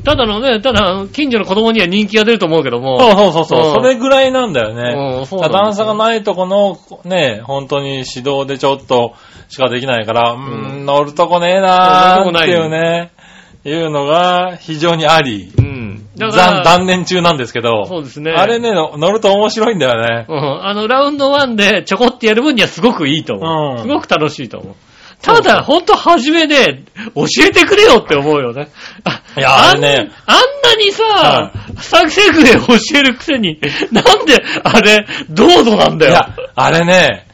B: ただのね、ただ、近所の子供には人気が出ると思うけども。
C: そうそうそうそう、
B: うん
C: それぐらいなんだよね。
B: うんそうなんですよ
C: 段差がないとこの、ね、本当に指導でちょっとしかできないから、うーん、乗るとこねえなーっていうね、いうのが非常にあり、
B: うん。だから、
C: 残断念中なんですけど、
B: そうですね。
C: あれね、の乗ると面白いんだよね。
B: うん。あの、ラウンド1でちょこってやる分にはすごくいいと思う。
C: うん
B: すごく楽しいと思う。ただ、ほんと初めで、教えてくれよって思うよね。あ
C: いや
B: あ
C: あ
B: ん
C: れね
B: あんなにさ
C: は、
B: 作成区で教えるくせに、なんで、あれ、どうぞなん
C: い
B: だよ。
C: や、あれね、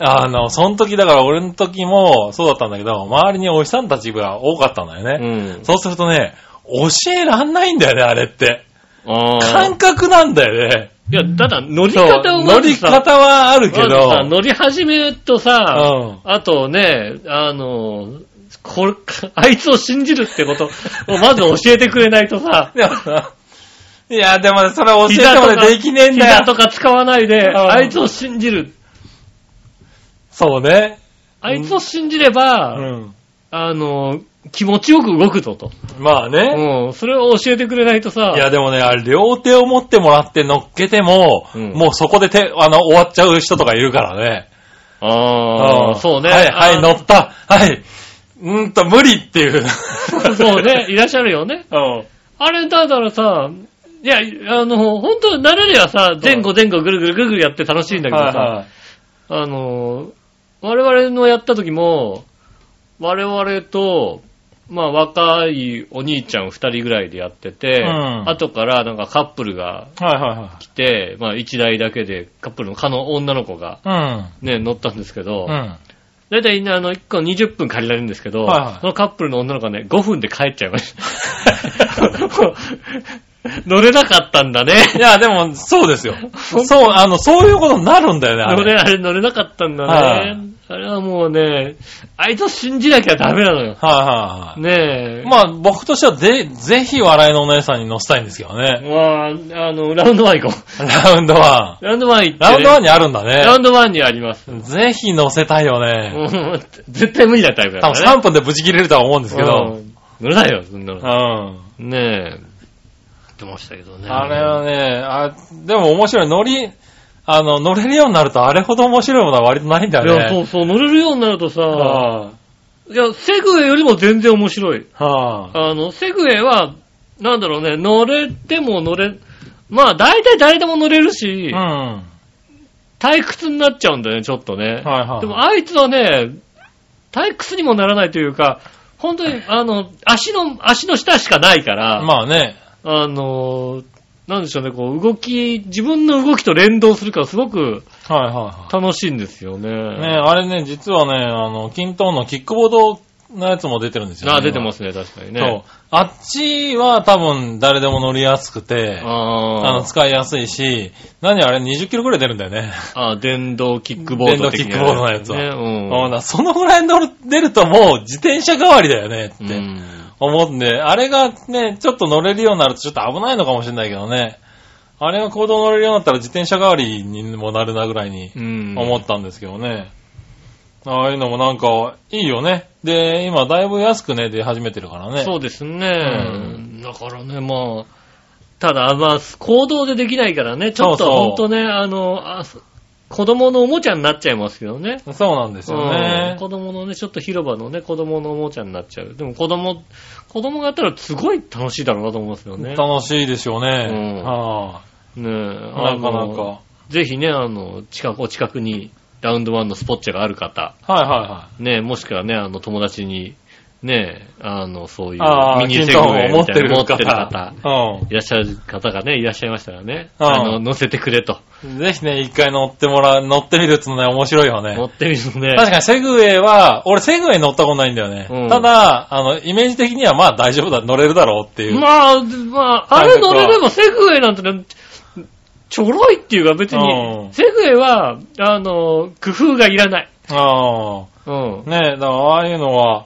C: あの、その時だから俺の時もそうだったんだけど、周りにおじさんたちが多かったんだよね。
B: ん。
C: そうするとね、教えらんないんだよね、あれって。
B: あー
C: 感覚なんだよね。
B: いや、ただ、乗り
C: そう
B: 方を
C: 乗
B: まず
C: り
B: さ、
C: 方はあるけ
B: まずさ
C: ど、
B: 乗り始めるとさ、
C: うん。
B: あとね、あの、これ、あいつを信じるってことをまず教えてくれないとさ、
C: でもさいや、でもねそれ教えてもねできねえんだ
B: 膝
C: よ
B: と。か使わないで、
C: うん
B: あいつを信じる。
C: そうね。
B: あいつを信じれば、
C: うん。
B: あの、気持ちよく動くぞと。
C: まあね。
B: うん。それを教えてくれないとさ、
C: いやでもね、あれ、両手を持ってもらって乗っけても、
B: うん
C: もうそこで手、あの、終わっちゃう人とかいるからね。
B: あ
C: う
B: ー
C: ん
B: そうね。
C: はい、はい、
B: あ
C: 乗った。はい。うーんと、無理って いう。
B: そうね。いらっしゃるよね。
C: うん。
B: あれ、だからさ、いや、あの、本当慣れればさ、前後前後ぐるぐるぐるぐるやって楽しいんだけど
C: はい
B: さ、
C: はい。
B: あの、我々のやった時も、我々と、まあ若いお兄ちゃん二人ぐらいでやってて、
C: うん
B: 後からなんかカップルが
C: はいは
B: 来て、まあ一台だけでカップルのかの女の子が
C: いはい。
B: ね、乗ったんですけど
C: うん。う、ん。
B: だいたいねあの1個20分借りられるんですけど、
C: はいはい
B: そのカップルの女の子はね、5分で帰っちゃいました。 乗れなかったんだね。
C: いや、でも、そうです よ。そう、あの、そういうことになるんだよね、あ
B: 乗
C: れ。
B: れ、あれ乗れなかったんだ
C: はい
B: ね。あれはもうね、あいつを信じなきゃダメなのよ。
C: はいはいはい。
B: ねえ。
C: まあ、僕としては、ぜ、ぜひ笑いのお姉さんに乗せたいんですけどね。
B: まあ、あの、ラウンドワン行こ
C: ラウンドワ
B: う。
C: ン。
B: ラウンドワン行って。
C: ラウンドワンにあるんだ
B: ラウ
C: ね。
B: ンドワンにあり ます。
C: ぜひ乗せたいよね。
B: もう絶対無理なタイプだか
C: 多
B: らね。
C: 分3分でブチ切れるとは思うんですけ
B: う
C: ど。
B: ん乗れないよ、そんな
C: う
B: の。
C: ん。
B: ねえ。言ってましたけどね。
C: あれはね、あ、でも面白い。乗り、あの、乗れるようになるとあれほど面白いものは割とないんだ
B: いや、そ
C: よね。
B: うそう、乗れるようになるとさ、
C: はい
B: や、セグウェイよりも全然面白い。
C: あはあ
B: あの、セグウェイは、なんだろうね、乗れても乗れ、まあ、大体誰でも乗れるし
C: うん。、は
B: 退屈になっちゃうんだよね、ちょっとね
C: い。はい。
B: でも、あいつはね、退屈にもならないというか、本当 に、あの、足の、足の下しかないから、
C: まあね。
B: あの、なんでしょうね、こう、動き、自分の動きと連動するから、すごく
C: はいはいは
B: 楽しいんですよね。
C: い。ねあれね、実はね、あの、均等のキックボードのやつも出てるんですよね。
B: ああ、出てますすね、確かにね。
C: そう。あっちは多分誰でも乗りやすくて、あ
B: あ
C: の、使いやすいし、何あれ20キロくらい出るんだよね。
B: あ、電動キックボード的な
C: 電動キックボードのやつは
B: ね、
C: あだからそのぐらい乗る、出るともう自転車代わりだよね
B: う
C: っ
B: ん。
C: て
B: うん
C: 思うんで、あれがね、ちょっと乗れるようになるとちょっと危ないのかもしれないけどね。あれが行動乗れるようになったら自転車代わりにもなるなぐらいに
B: うん。
C: 思ったんですけどね。ああいうのもなんかいいよね。で、今だいぶ安くね、出始めてるからね。。
B: そううですね、
C: ん
B: だからね、まあ、ただ、まあ、行動でできないからね、ちょっと
C: そうそう
B: 本当ね、あの、あそ子供のおもちゃになっちゃいますけどね。
C: そうなんですよ
B: うん
C: ね。
B: 子供のね、ちょっと広場のね、子供のおもちゃになっちゃう。でも子供、子供がやったらすごい楽しいだろうなと思いますよね。
C: 楽しいでしょうね。
B: うん
C: は
B: ねえ
C: あ、なか
B: あ
C: な
B: の
C: か。
B: ぜひね、あの、近く、お近くにラウンド1のスポッチャがある方、
C: はいはいは
B: ね、もしくはね、あの、友達に、ね、あの、そうい
C: い。あ
B: う
C: あ、
B: ミ
C: 金
B: ニセグ
C: 玉
B: ウ
C: を
B: ェイ
C: 持
B: み
C: って
B: たいな
C: る
B: の持
C: 方。
B: ってる方、いらっしゃる方がね、いらっしゃいましたらね、
C: うん
B: あの、乗せてくれと。
C: うん。ぜひね、一回乗ってもらう、乗ってみるっつうのね、面白いよね。
B: 乗ってみるのね。
C: 確かにセグウェイは、俺セグウェイ乗ったことないんだよね。
B: うん
C: ただ、あの、イメージ的にはまあ大丈夫だ、乗れるだろうっていう。
B: まあ、まあ、あ
C: 感覚は
B: れ乗れればセグウェイなんてね、ちょろいっていうか別
C: う
B: に、
C: ん
B: セグウェイは、あの、工夫がいらない。
C: あ
B: うん
C: あ。。ねえ、だからああいうのは、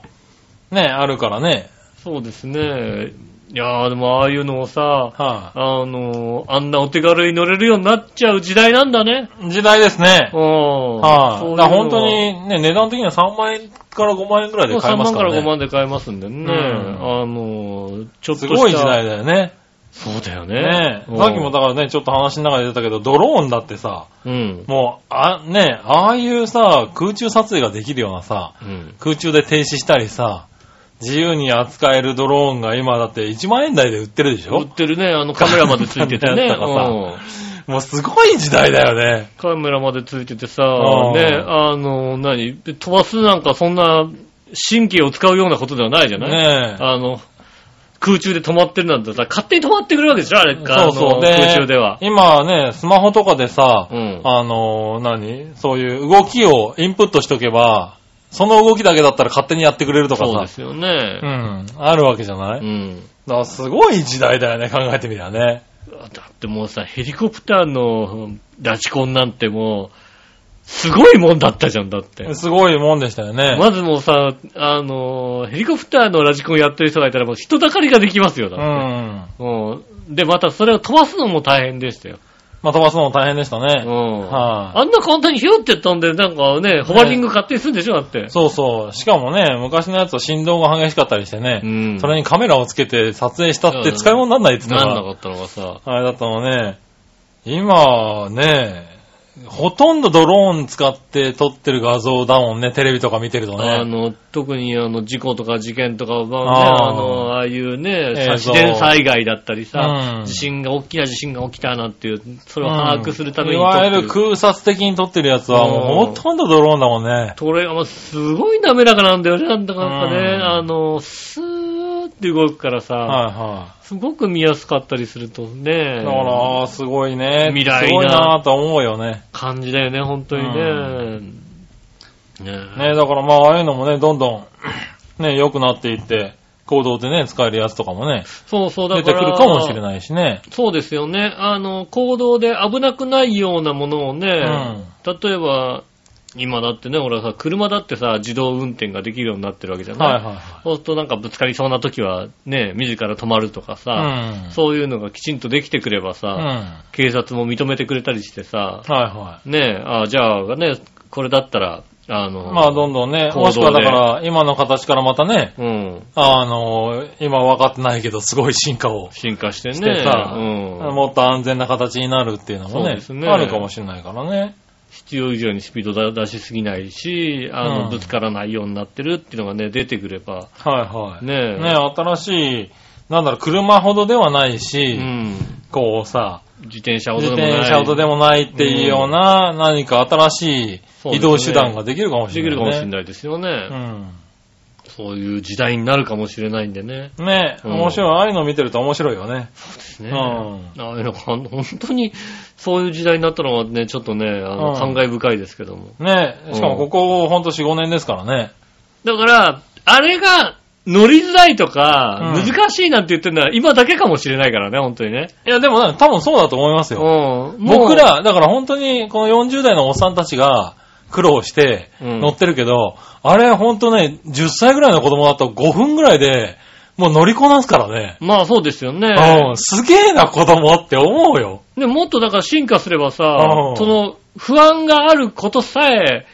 C: ねえ、あるからね。
B: そうですね。いやーでもああいうのをさ、
C: は
B: あの、あんなお手軽に乗れるようになっちゃう時代なんだね。
C: い、時代ですね。
B: うん。
C: はい、
B: そういうの
C: だから本当にね、値段的には3万円から5万円くらいで
B: もう
C: 買え
B: 3
C: ます
B: 万
C: か
B: から
C: らね。
B: 5万で買えますんでね。
C: ん
B: あの、ちょっと
C: す
B: した。
C: ごい時代だよね。
B: そうだよね。
C: ねえ。さっきもだからね、ちょっと話の中で出たけど、ドローンだってさ、
B: うん。
C: もう、あ、ねえ、ああいうさ、空中撮影ができるようなさ、
B: うん。
C: 空中で停止したりさ、自由に扱えるドローンが今だって1万円台で売ってるでし
B: 売っ
C: ょ
B: てるね、あのカメラまでついててね。
C: やったかさ
B: うん
C: もうすごい時代だよね。
B: カメラまでついててさ、
C: うん
B: ね、あの、何、飛ばすなんかそんな神経を使うようなことではないじゃない、
C: ねえ。
B: あの、空中で止まってるなんてさ、勝手に止まってくるわけでしょあれか、
C: そうそう。
B: あの
C: で
B: 空中では。
C: 今ね、スマホとかでさ、
B: うん
C: あのー、何そういう動きをインプットしとけば、その動きだけだったら勝手にやってくれるとか
B: そうで
C: さ。
B: すよね
C: う。ん。あるわけじゃない、
B: う
C: だ
B: ん。
C: からすごい時代だよね、考えてみりゃね。
B: だってもうさ、ヘリコプターのラジコンなんてもう、すごいもんだったじゃん、だって。
C: すごいもんでしたよ ね。
B: まずもうさ、あの、ヘリコプターのラジコンやってる人がいたらもう人だかりができますよ、だ
C: う
B: っ
C: ん。
B: て。
C: ま
B: うん。で、またそれを飛ばすのも大変でしたよ。
C: あ飛ばすのも大変でした
B: う
C: ね。
B: ん。
C: はい
B: あんな簡単にヒュって飛んで、なんかね、ホバリング勝手にするんでしょだって。
C: そうそう。しかもね、昔のやつは振動が激しかったりしてね、
B: うん
C: それにカメラをつけて撮影したっ
B: そう
C: て
B: だね
C: 使い物になんないっつうの
B: なんなか
C: が、
B: ったのがさ。
C: あれだったのね。今ね、ほとんどドローン使って撮ってる画像だもんね、テレビとか見てると
B: あ
C: ね。
B: の、特にあの、事故とか事件とかは、ね、
C: あー
B: あの、ああいうね、
C: 映
B: 自
C: 像
B: 然災害だったり
C: う
B: さ、
C: ん
B: 地震が、大きな地震が起きたなんていう、それを把握するために
C: うんい
B: 撮っ
C: わ
B: て
C: ゆる空撮的に撮ってるやつはもう
B: うん
C: ほとんどドローンだもんね。
B: それがまあすごい滑らかなんだよね、なんだかなんかね、
C: うん
B: あの、スーって動くからさ、
C: はいはい。
B: すごく見やすかったりするとね
C: だ、から、すごいね。
B: 未来な
C: すごいなぁと思うよね。
B: 感じだよね、本当にね。ねえ
C: ねだからまあ、ああいうのもね、どんどん、ね、良くなっていって、行動でね、使えるやつとかもね、
B: そうそう、だ
C: 出
B: か
C: て
B: ら。
C: くるかもしれないしね。
B: そうですよね。あの、行動で危なくないようなものをね、例えば、今だってね、俺はさ、車だってさ、自動運転ができるようになってるわけじゃない。
C: はいは
B: そうするとなんかぶつかりそうな時は、ね、自ら止まるとか
C: い
B: さ、
C: はい。うん。
B: そういうのがきちんとできてくればさ、
C: うん。はい
B: 警察も認めてくれたりしてさ、
C: は
B: ねえ、あじゃあね、これだったら、あ
C: い。
B: の、
C: まあ、どんどんね、
B: 行動で
C: もしくはだから、今の形からまたね、
B: うん、
C: あの、今分かってないけど、すごい進化を
B: 進化してね。
C: してさ、
B: うん、
C: もっと安全な形になるっていうのも
B: そう
C: ね
B: ですね
C: あるかもしれないからね。
B: 必要以上にスピード出しすぎないし、あの、
C: うん
B: ぶつからないようになってるっていうのがね、出てくれば、
C: はいはい。ね
B: ねえ、
C: 新しい、なんだろう、車ほどではないし、
B: うん、
C: こうさ、
B: 自転車ほ
C: 自
B: どでもない。
C: 転車ほどでもないっていうような、何か新し
B: そう
C: い
B: で
C: 移
B: すね
C: 動手段ができるかも
B: で
C: し
B: き
C: れな
B: る
C: い、
B: か
C: ね。
B: もしれないですよね、そういう時代になるかもしれないんでね。
C: うん。ね
B: うん
C: 面白い。ああいうの見てると面白いよね。
B: ね
C: う
B: ああいうのほん本当に、そういう時代になったのはね、ちょっとね、あの、
C: うん
B: 感慨深いですけども。
C: ねしかもここ、ほんと4、5年ですからね。
B: だから、あれが、乗りづらいとか、
C: うん
B: 難しいなんて言ってるのは今だけかもしれないからね、本当にね。
C: いや、でもね多分そうだと思います
B: うん
C: よ。。
B: もう
C: 僕、ら、だから本当にこの40代のおっさんたちが苦労して
B: うん
C: 乗ってるけど、あれほんとね、10歳ぐらいの子供だと5分ぐらいでもう乗りこなすからね。
B: まあそうですよね。
C: うん、すげえな子供って思うよ。
B: でもっとだから進化すればさ
C: う、ん
B: その不安があることさえ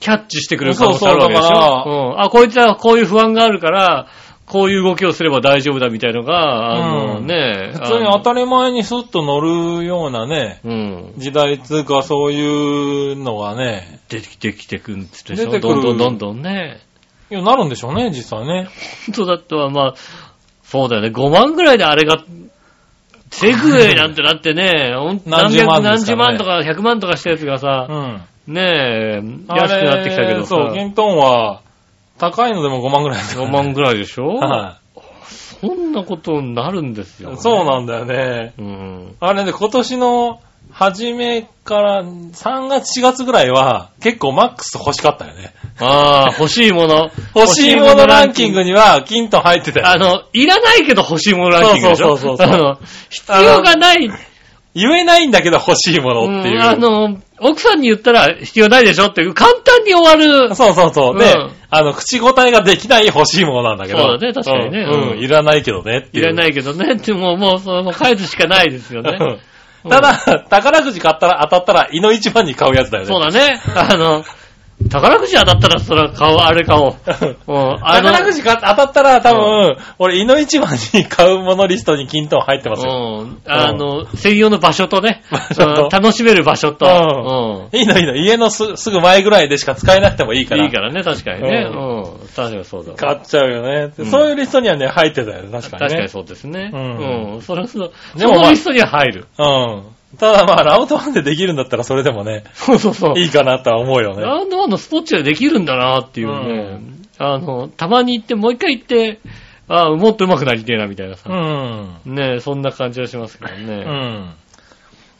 B: キャッチしてくれる可能性あるわけでしょ。
C: そうそうだか
B: うん、あ、こいつはこういう不安があるから、こういう動きをすれば大丈夫だみたいのが、あの
C: うん
B: ね、
C: 普通に当たり前にスッと乗るようなね、
B: あのうん。
C: 時代つうかそういうのがね、
B: 出てきてきてくんつってでしょ
C: 出てく
B: どん
C: る
B: どんどんどんね。
C: いやなるんでしょうね、実際ね。
B: 本当だったはまあ、そうだよね、5万ぐらいであれが、セグウェイなんてなってね、ほん
C: 何
B: 何
C: 十
B: 百
C: 万
B: 何
C: です
B: 十
C: から
B: 万
C: ね
B: とか100万とかしたやつがさ
C: う、ん。
B: ねえ、安くなってきたけどさ、
C: そう、キントンは、高いのでも5万ぐらいですか
B: 5
C: らね、
B: 万ぐらいでしょ
C: は
B: そんなことになるんですよ、
C: い。そう
B: の
C: なんだよね。
B: うん。
C: あれね、今年の初めから3月4月ぐらいは結構マックス欲しかったよね。
B: ああ、欲しいもの。
C: 欲しいものランキングには金と入ってた
B: あ
C: よ。
B: の、いらないけど欲しいものランキングでしょ
C: そうそうそうそ
B: あ
C: う
B: の、必要がない。
C: 言えないんだけど欲しいものっていうう。
B: んあの、奥さんに言ったら必要ないでしょっていう、簡単に終わる。
C: そうそうそう。
B: う
C: で
B: ん、
C: あの、口答えができない欲しいものなんだけど。
B: そうだね確かにね
C: うん
B: う
C: うんん、いらないけどねってい。
B: いうらないけどねって、もう、もう、そのもう返すしかないですよね。
C: うん ただ、宝くじ買ったら当たったら、胃の一番に買うやつだよね。
B: そうだね。あの、宝くじ当たったら、そら買おう、あれ買おう。 うん、あの
C: 宝くじ買っ当たったら、多分、俺、胃の一番に買うものリストに金トン入ってますよ。
B: うん。あの、専用の場所とね、
C: 場所と
B: うん楽しめる場所と、う
C: いいのいいの。家のすすぐ前ぐらいでしか使えなくてもいいか
B: ん。
C: ら。
B: いいからね、確かにね。
C: う
B: うん。確かにそうだ。
C: 買っちゃうよね、
B: うん
C: そういうリストにはね、入ってたよね。確か
B: 確
C: に
B: か
C: ね
B: に。そうですね。
C: うん
B: うん。それはその、
C: でもまあ
B: そのリストには入る。
C: うん。ただまあ、ラウンドワンでできるんだったらそれでもね、
B: そうそうそう。
C: いいかなとは思うよね。
B: ラウンドワンのスポッチャでできるんだなっていうね。あの、たまに行って、もう一回行って、ああ、もっと上手くなりてえな、みたいなさ。
C: うん。
B: ねえ、そんな感じはしますけど
C: う
B: ね。
C: ん。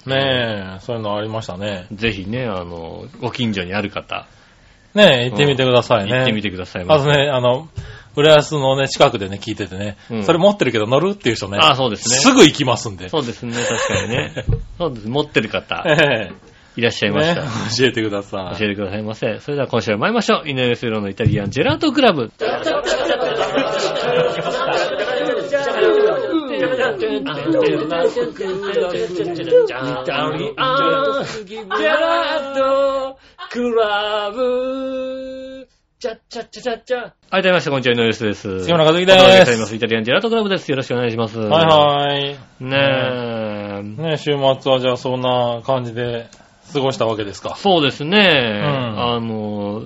C: ねえ、そういうのありましたね。
B: ぜひね、あの、ご近所にある方、
C: ねえ、行ってみてくださいね。
B: 行ってみてください。
C: あとね、あの、浦安のね、近くでね、聞いててね、
B: うん
C: それ持ってるけど乗るっていう人ね、
B: ああ、そうですね。
C: すぐ行きますんで。
B: そうですね、確かに ね。そうです。持ってる方、
C: え
B: いらっしゃ
C: え
B: いました。
C: ね教えてください。
B: 教えてくださいませ。それでは今週も参りましょう。井上水郎のイタリアンジェラートクラブ。はい、どうもみなさん、こんにちは、井上水です。
C: 杉村和樹
B: お届けし
C: で。
B: ておりますす。イタリアンジェラートクラブです。よろしくお願いします。
C: はいはい。
B: い。ねえ。
C: ね週末はじゃあそんな感じで過ごしたわけですか。
B: そうですね。
C: ん
B: あの、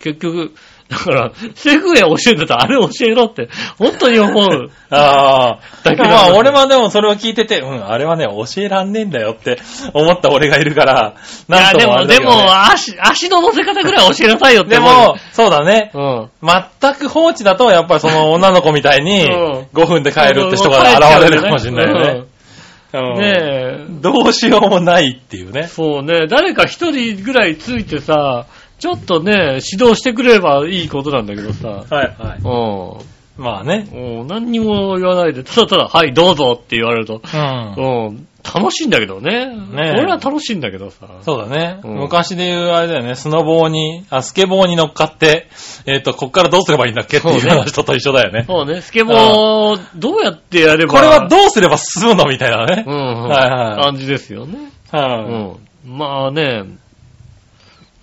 B: 結局、だから、セグウェイ教えるんだったらあれ教えろって、本当に思う。
C: あ
B: だ
C: あ。
B: けど
C: まあ、俺はでもそれを聞いてて、うん、あれはね、教えらんねえんだよって思った俺がいるから、
B: いや、
C: なんと
B: で
C: もあ
B: も、
C: れだ
B: で
C: けどね
B: も、足、足の乗せ方ぐらい教えなさいよって
C: で
B: 思
C: も、そうだね。
B: うよ。
C: 全く放置だと、やっぱりその女の子みたいに
B: うん、
C: 5分で
B: うん。
C: 帰るって人が現れるかもしれないよね。
B: うん。ね
C: ね
B: え。
C: どうしようもないっていうね。
B: そうね、誰か一人ぐらいついてさ、ちょっとね、指導してくれればいいことなんだけどさ。
C: はいはい。
B: うん。
C: まあね。
B: うん何にも言わないで、ただただ、はい、どうぞって言われると、
C: うん。
B: うん、楽しいんだけどね。
C: え
B: 俺は楽しいんだけどさ。
C: そうだね。
B: うん
C: 昔で言うあれだよね、スノボーに、あ、スケボーに乗っかって、えっと、こっからどうすればいいんだっけっていう
B: そうね
C: 話とと一緒だよね。
B: そうね、スケボー、どうやってやれば。
C: これはどうすれば進むのみたいなね
B: う。ん、うん
C: はいはい
B: 感じですよね。う
C: はい。
B: ん。まあね、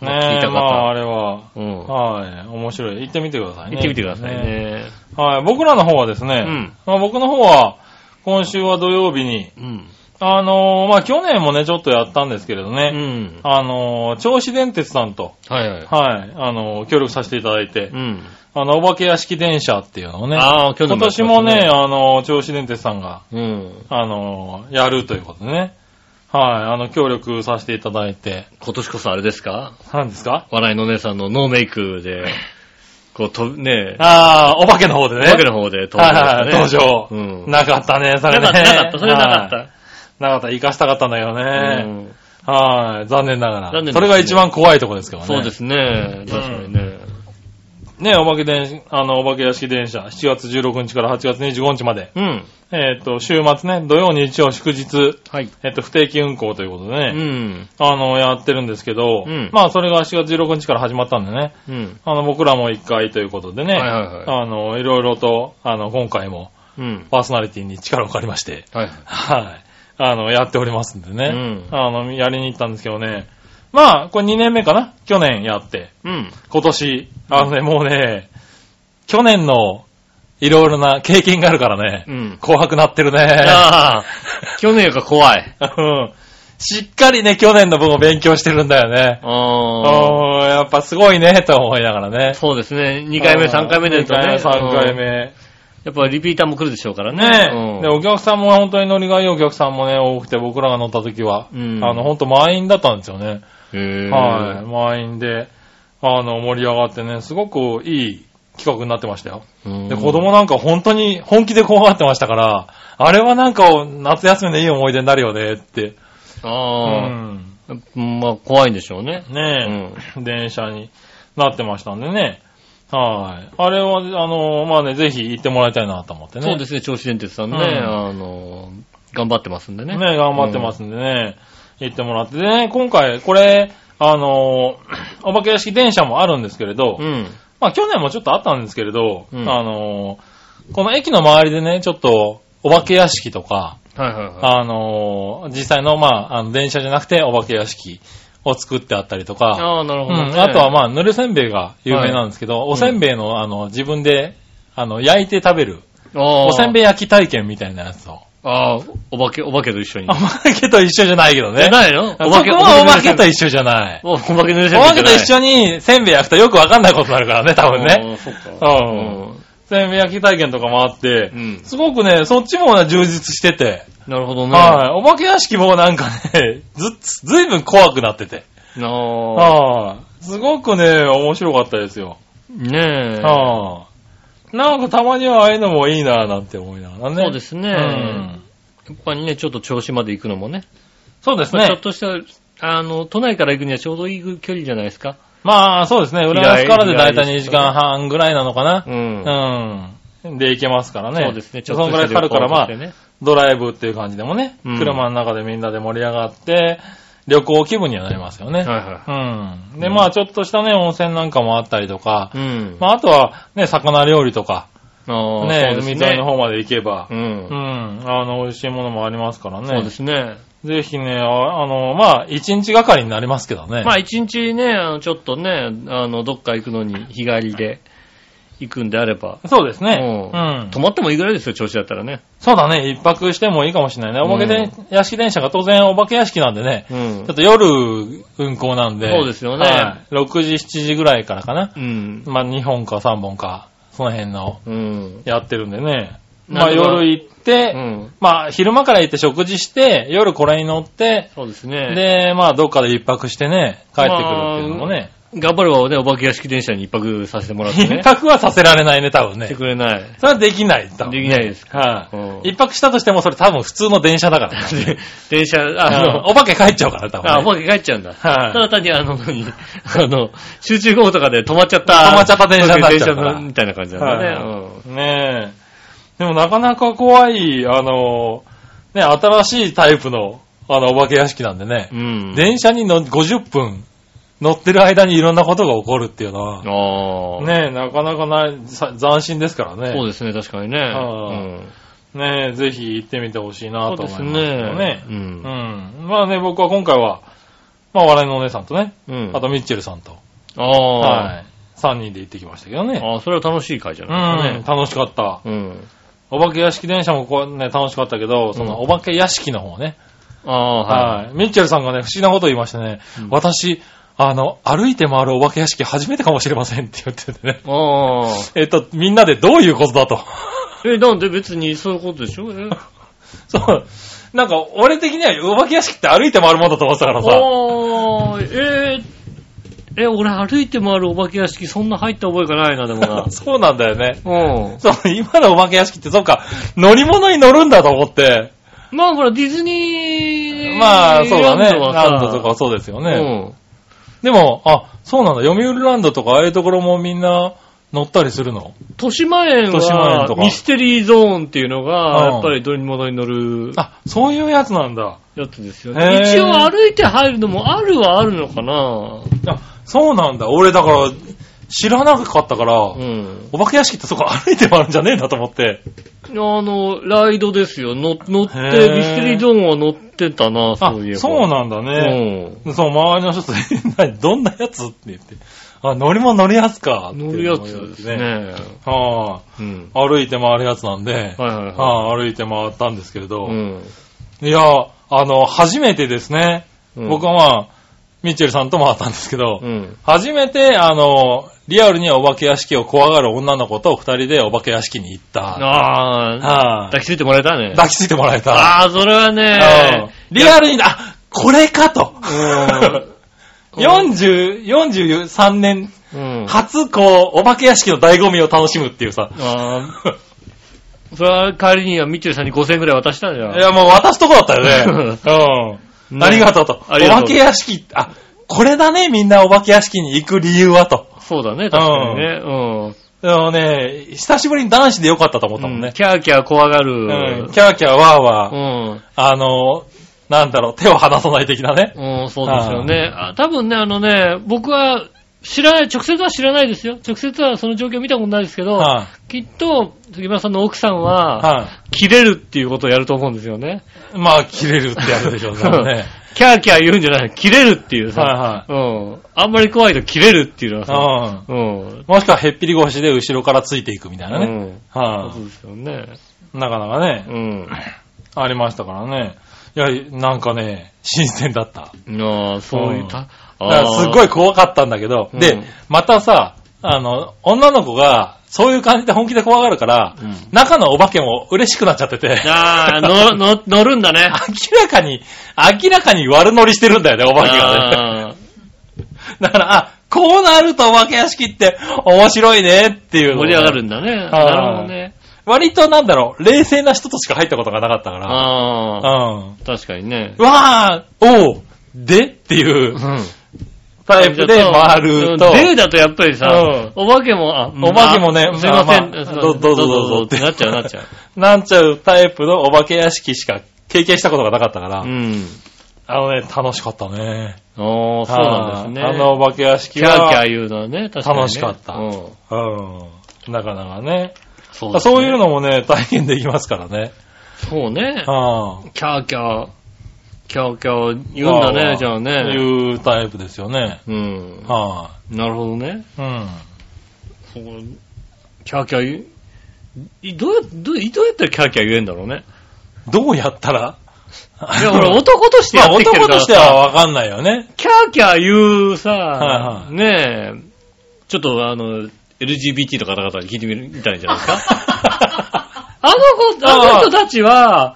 C: ねえ、
B: 聞いた
C: まあ、
B: 方、
C: あれは。
B: うん。
C: はい。面白い。行ってみてくださいね。
B: 行ってみてくださいね。
C: はい。僕らの方はですね、
B: うん
C: まあ、僕の方は、今週は土曜日に、
B: うん。
C: あのーまあ、去年もね、ちょっとやったんですけれど
B: う
C: ね、
B: ん。
C: あのー銚子電鉄さんと、
B: はいはい。
C: はい、あのー協力させていただいて、
B: うん。
C: あの、お化け屋敷電車っていうのをね、
B: ああ、去
C: 今
B: 年
C: 年もね、、あのー銚子電鉄さんが、
B: うん。
C: あのーやるということでね、はい、あの、協力させていただいて、
B: 今年こそあれですか
C: 何ですか
B: 笑いのお姉さんのノーメイク で、こう、と、ね、
C: ああ、お化けの方でね。
B: わけの方で登場した
C: はいはいはい登場
B: うん。
C: なかったね、そ
B: な
C: れね。
B: かった、なかった、それなかった
C: はい。なかった、生かしたかったんだけど
B: う
C: ね。
B: ん
C: はい、残念ながら。
B: 残念ですね
C: それが一番怖いとこですけどね。
B: そうですね。確かにね。
C: ね、お化け電、あの、お化け屋敷電車、7月16日から8月25日まで、
B: うん。
C: えっ、と、週末ね、土曜、日曜、祝日、
B: はい。
C: えっ、と、不定期運行ということで
B: う
C: ね、
B: ん。
C: あの、やってるんですけど、
B: うん
C: まあ、それが7月16日から始まったんでね、
B: うん。
C: あの、僕らも1回ということでね、
B: はいはいは
C: あの、いろいろと、あの、今回も
B: うん。
C: パーソナリティに力を借りまして、
B: はい。
C: はい、あの、やっておりますんでね、
B: う
C: あの、やりに行ったんですけどね、まあ、これ2年目かな去年やって、
B: うん。
C: 今年、あのね、もうね、去年のいろいろな経験があるからね、
B: うん。
C: 怖くなってるね。
B: ああ、 去年が怖い。
C: うんしっかりね、去年の分を勉強してるんだよね。
B: あ
C: うんやっぱすごいね、と思いながらね
B: あ。。そうですね。2回目、3回目で
C: 2
B: とね。
C: 回目、3回
B: うん。
C: 目。
B: やっぱリピーターも来るでしょうから
C: ね
B: ね。
C: で、お客さんも本当に乗りがいいお客さんもね、多くて、僕らが乗った時は、
B: うん
C: あの、本当満員だったんですよね。
B: え。へぇ
C: はい、満員で、あの、盛り上がってね、すごくいい企画になってましたよ。
B: い
C: で、子供なんか本当に本気で怖がってましたから、あれはなんか夏休みのいい思い出になるよねって。う
B: あ
C: ん。
B: あ、まあ、怖いんでしょうね。
C: ねえ、電車になってましたんでね。はい。あれは、あの、まあね、ぜひ行ってもらいたいなと思ってね。
B: そうですね、銚子電鉄さんね、
C: うん
B: あの、頑張ってますんでね。
C: ね。頑張ってますんでね、行ってもらって。でね、今回、これ、あの、お化け屋敷電車もあるんですけれど、
B: うん。
C: まあ去年もちょっとあったんですけれど、
B: うん
C: あの、この駅の周りでね、ちょっと、お化け屋敷とか、
B: はいはいはい。
C: あのー実際の、まあ、あの電車じゃなくてお化け屋敷を作ってあったりとか、
B: ああ、なる
C: う
B: ほど、ね
C: ん、あとは、まあ、ぬれせんべいが有名なんですけど、おせんべいの、あの、自分で、あの、焼いて食べる、
B: お
C: おせんべい焼き体験みたいなやつを。
B: ああ、お化け、お化けと一緒に。
C: お化けと一緒じゃないけど
B: じゃ
C: ね。
B: ないのお
C: そこ
B: 化け、
C: はお化けと
B: 緒。
C: 一緒じゃない。
B: おお化けの
C: お
B: 一緒
C: 化けと一
B: 緒
C: 緒にせんべい焼くとよくわかんないことになるからね、多分ね。。
B: ああそうか。
C: うん。せんべい焼き体験とかもあって
B: う、ん。
C: すごくね、そっちもね充実してて。
B: なるほどね。
C: はい。お化け屋敷もなんかね、ず、ずいぶん怖くなってて。
B: い。なあ。
C: はい。すごくね、面白かったですよ。
B: ねえ。
C: はい。なんかたまにはああいうのもいいなぁなんて思いながらね。
B: そうですね
C: うん
B: やっぱりね、ちょっと調子まで行くのもね。
C: そうです
B: まあちょ
C: ね
B: っ。とした、あの、都内から行くにはちょうどいい距離じゃないですか。
C: まあ、そうですね。
B: 日帰り
C: 浦安からでだいたい2時間半ぐらいなのかな
B: う。ん。
C: うん。で行けますからね。
B: そうですね、
C: そのぐらいかかるから、まあ、
B: あ。
C: ドライブっていう感じでもね、
B: うん
C: 車の中でみんなで盛り上がって、旅行気分にはなりますよね。
B: はいは
C: うん。で、まあ、ちょっとしたね、温泉なんかもあったりとか、
B: い。うん。
C: まあ、あとは、ね、魚料理とか、
B: ああ、
C: ね
B: そう、です
C: 海沿いの方まで行けば
B: う、。
C: うんん、あの、美味しいものもありますから
B: そう
C: ね
B: で。すね。
C: ぜひね、ああの、まあ、一日がかりになりますけどね。
B: まあ一日ね、あのちょっとね、あの、どっか行くのに日帰りで行くんであれば、
C: そうですね。
B: う
C: うんん
B: 泊。まってもいいぐらいですよ、調子だったらね。
C: そうだね、一泊してもいいかもしれないね。お化けで、屋敷電車が当然お化け屋敷なんでね、
B: うん
C: ちょっ。と夜運行なんで、
B: そうですよね
C: はい6時、7時ぐらいからかな。
B: うん。
C: まあ、2本か3本か、その辺の、
B: うん。
C: やってるんでね。ま
B: な
C: あ、
B: んとか
C: 夜行っ
B: う
C: て、
B: ん。
C: まあ、昼間から行って食事して、夜これに乗って、
B: そうですね。
C: で、まあ、どっかで一泊してね、帰ってくるっていうのもね。
B: 頑張ればね、お化け屋敷電車に一泊させてもらって ね
C: 一。泊はさせられないね、多分
B: して
C: ね。
B: くれない。
C: それはできない、多分。
B: できないです。
C: はい、
B: うん
C: 一泊したとしても、それ多分普通の電車だから、
B: で電車、
C: あ
B: あ
C: の、
B: の、
C: お化け帰っちゃうから、多分、ね。
B: あ、もう帰っちゃうんだ。
C: はい
B: ただ単にあの、何あの、集中豪雨とかで止まっちゃった。
C: 止まっちゃった電車になっちゃうか
B: 電
C: ら
B: 車のみたいな感じなんだ
C: は
B: ね。
C: ねえ。でもなかなか怖い、あの、ね、新しいタイプの、あの、お化け屋敷なんでね
B: う。ん。うん、
C: 電車にの50分乗ってる間にいろんなことが起こるっていうのは、
B: ああ。
C: ねえ、なかなかない、さ斬新ですからね。
B: そうですね、確かにね。
C: はねえ、ぜひ行ってみてほしいなと思います
B: そうですね
C: ね
B: うん
C: うん。まあね、僕は今回は、まあ、笑いのお姉さんとね、
B: うん。うん
C: あ、とミッチェルさんと、
B: ああ、
C: はい。3人で行ってきましたけどね。
B: ああ、それは楽しい会じゃ
C: う
B: ないで
C: ん、
B: すか
C: 楽しかった。
B: ね。うん。
C: お化け屋敷電車もこうね、楽しかったけど、そのお化け屋敷の方ね。
B: ああ、はい。
C: はい。ミッチェルさんがね、不思議なことを言いましてね、
B: うん
C: 私、あの、歩いて回るお化け屋敷初めてかもしれませんって言っててね。
B: ああ。
C: えっと、みんなでどういうことだと。
B: え、なんで別にそういうことでしょえ
C: そう。なんか、俺的にはお化け屋敷って歩いて回るもんだと思ってたからさ。。
B: ああ、えー、え、俺歩いて回るお化け屋敷そんな入った覚えがないな、でもな
C: そうなんだよね。
B: う
C: そう、今のお化け屋敷って、そうか、乗り物に乗るんだと思って。
B: ん。まあほら、ディズニー
C: まあ、そうだね。ラ
B: ラ
C: ン
B: ンド
C: ドと
B: と
C: か
B: か
C: はそうですよ
B: さ
C: ね。でも、あ、そうなんだ。読売ランドとか、ああいうところもみんな乗ったりするの
B: うん。豊島園
C: 豊島園
B: は
C: とか
B: ミステリーゾーンっていうの
C: う
B: が、
C: ん
B: やっぱり乗り物に乗る
C: あ、そういうやつなんだ。
B: やつですよ
C: へ
B: ね。
C: ー
B: 一応歩いて入るのもあるはあるのかな
C: あ、そうなんだ。俺、だから、知らなかったから、
B: うん。
C: お化け屋敷ってそこ歩いて回るんじゃねえんだと思って。
B: あの、ライドですよ。乗乗っ
C: へ
B: て、
C: ー
B: ミステリーゾーンは乗ってたな、
C: あ
B: そういえ、ば。
C: そうなんだね。
B: うん。
C: そう、周りの人と、 え何どんなやつって言って。あ、乗り物乗るやつか。
B: 乗るやつです。ね。
C: は
B: うん。
C: あ、歩いて回るやつなんで、
B: はいはいは
C: はあ、歩いて回ったんですけれど、
B: い。うん。
C: いや、あの、初めてですね、
B: うん
C: 僕はまあ、ミッチェルさんと回ったんですけど、
B: うん。
C: 初めて、あの、リアルにお化け屋敷を怖がる女の子と二人でお化け屋敷に行った。
B: ああ、
C: は
B: 抱きついてもらえたね。
C: 抱きついてもらえた。
B: ああ、それは
C: うん
B: ね、
C: リアルに、あ、これかと。
B: うん
C: 40、43年、
B: うん。
C: 初、こう、お化け屋敷の醍醐味を楽しむっていうさ。
B: ああ。それは帰りにはミッチェルさんに5000円くらい渡したんじゃん。
C: いや、もう渡すとこだったよね。うん。
B: ね
C: ありがとうと。
B: ありがとう
C: お化け屋敷、あ、これだね、みんなお化け屋敷に行く理由はと。
B: そうだね、確かにね。うん。
C: でもね、久しぶりに男子でよかったと思ったもん
B: うん
C: ね。
B: キャーキャー怖がる。
C: うん。キャーキャーワーワー、
B: うん。
C: あの、なんだろう、手を離さない的なね。
B: うん、そうですよね。あ多分ね、あのね、僕は知らない、直接は知らないですよ。直接はその状況見たことないですけど、
C: は
B: きっと、杉村さんの奥さん
C: い、
B: は、
C: は
B: 切れるっていうことをやると思うんですよね。
C: い、まあ、切れるってやるでしょうね。多分ね
B: キャーキャー言うんじゃない、切れるっていうさ、
C: は
B: うん。あんまり怖いと切れるっていうのは
C: う
B: さ、
C: ん。
B: うん。
C: もしくは、へっぴり腰で後ろからついていくみたいなね。
B: うん。
C: は
B: そうですよね。
C: い、なかなかね
B: う、ん。
C: ありましたからね。いや、なんかね、新鮮だった。
B: ああ、そういうた、
C: だからすっご
B: い。
C: い怖かったんだけど、
B: うん
C: で、またさ、あの、女の子が、そういう感じで本気で怖がるから、
B: うん
C: 中のお化けも嬉しくなっちゃってて、
B: ああ、のの乗るんだね。
C: 明らかに、明らかに悪乗りしてるんだよね、お化けがね。
B: あー
C: だから、あ、こうなるとお化け屋敷って面白いねっていうのを
B: 盛り上がるんだね。なるほどね。
C: 割となんだろう、冷静な人としか入ったことがなかったから、
B: ああ、
C: うん。
B: 確かにね。
C: わー、おう、でっていううんタイプで回ると、
B: デーだとやっぱりさ
C: う
B: お
C: ん、
B: 化けも、あ、
C: お化けもね
B: あすいません
C: まあまあ
B: すいません。
C: どどうぞどうぞ
B: ってなっちゃうな っちゃう。
C: なんちゃうタイプのお化け屋敷しか経験したことがなかったから、
B: うん。
C: あのね、楽しかったね。
B: おー、そうなんですね。
C: あのお化け屋敷
B: キャー
C: は、
B: キャー言うのはね、確かにね。
C: 楽しかった
B: うん。
C: うん。なかなかね。
B: そ
C: そういう。のもね、体験できますか らね。
B: そうね。
C: うん。
B: キャーキャー、キャーキャー言うんだ
C: まあ
B: ね、じゃあね。
C: いうタイプですよね。
B: うん。
C: は
B: なるほどね。
C: い、うん。
B: そうキャーキャー言うい。どうや、どうどうやったらキャーキャー言えんだろうね。
C: どうやったら
B: いや、俺男として
C: ま
B: や
C: あ
B: ってきてる
C: 男
B: から
C: とし
B: さ
C: てはわかんないよね。
B: キャーキャー言うさ、
C: はいはい
B: ねえ、ちょっとあの、LGBT の方々に聞いてみるみたいじゃない ですか。あの子、あの人たちは、あ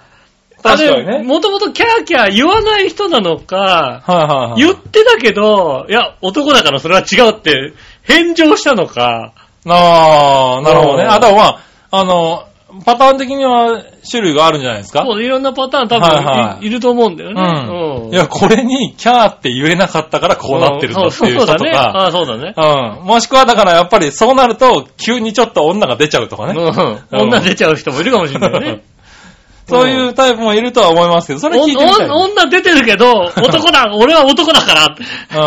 C: 確かに
B: れ、
C: ね。
B: もともとキャーキャー言わない人なのか、
C: はいはいはい。
B: 言ってたけど、いや、男だからそれは違うって、返上したのか、
C: ああ、なるほどね。
B: うん
C: あ、だからまあ、あの、パターン的には種類があるんじゃないですか
B: そういろんなパターン多分い,、
C: はいはい
B: ると思うんだよね。
C: うん。いや、これにキャーって言えなかったからこうなってるんだっていう人と
B: そうそうだね。あ
C: か、
B: あ、そうだね。
C: うん。もしくはだからやっぱりそうなると急にちょっと女が出ちゃうとかね。
B: うん。女出ちゃう人もいるかもしれない ね。
C: そういうタイプもいるとは思いますけど、それ
B: お
C: 聞いてみたい。
B: お女出てるけ ど、男だ、俺は男だから、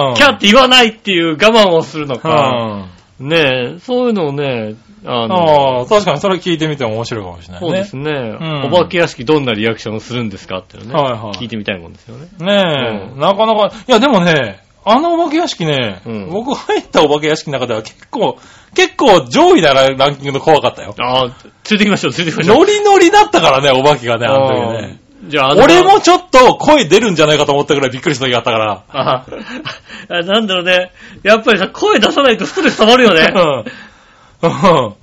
C: うん
B: キャーって言わないっていう我慢をするのか、
C: うん。
B: ねえ、そういうのをね、あの、
C: ああ、確かにそれ聞いてみても面白いかもしれないね。
B: そうですね、
C: ん
B: お化け屋敷どんなリアクションをするんですかっていうのね、
C: はいはい
B: 聞いてみたいもんですよね。
C: ねえ、
B: う
C: なかなか、いやでもね、あのお化け屋敷ね、
B: うん
C: 僕入ったお化け屋敷の中では結構、結構上位なラランキングの怖かったよ。
B: ああ、連れてきましょう、連れてき ましょう。
C: ノリノリだったからね、お化けがね、あの時ね。
B: あーじゃあ、あの
C: 俺もちょっと声出るんじゃないかと思ったぐらいびっくりした時があったから。
B: ああ、なんだろうね。やっぱりさ、声出さないとストレス溜まるよ ね。
C: うんうん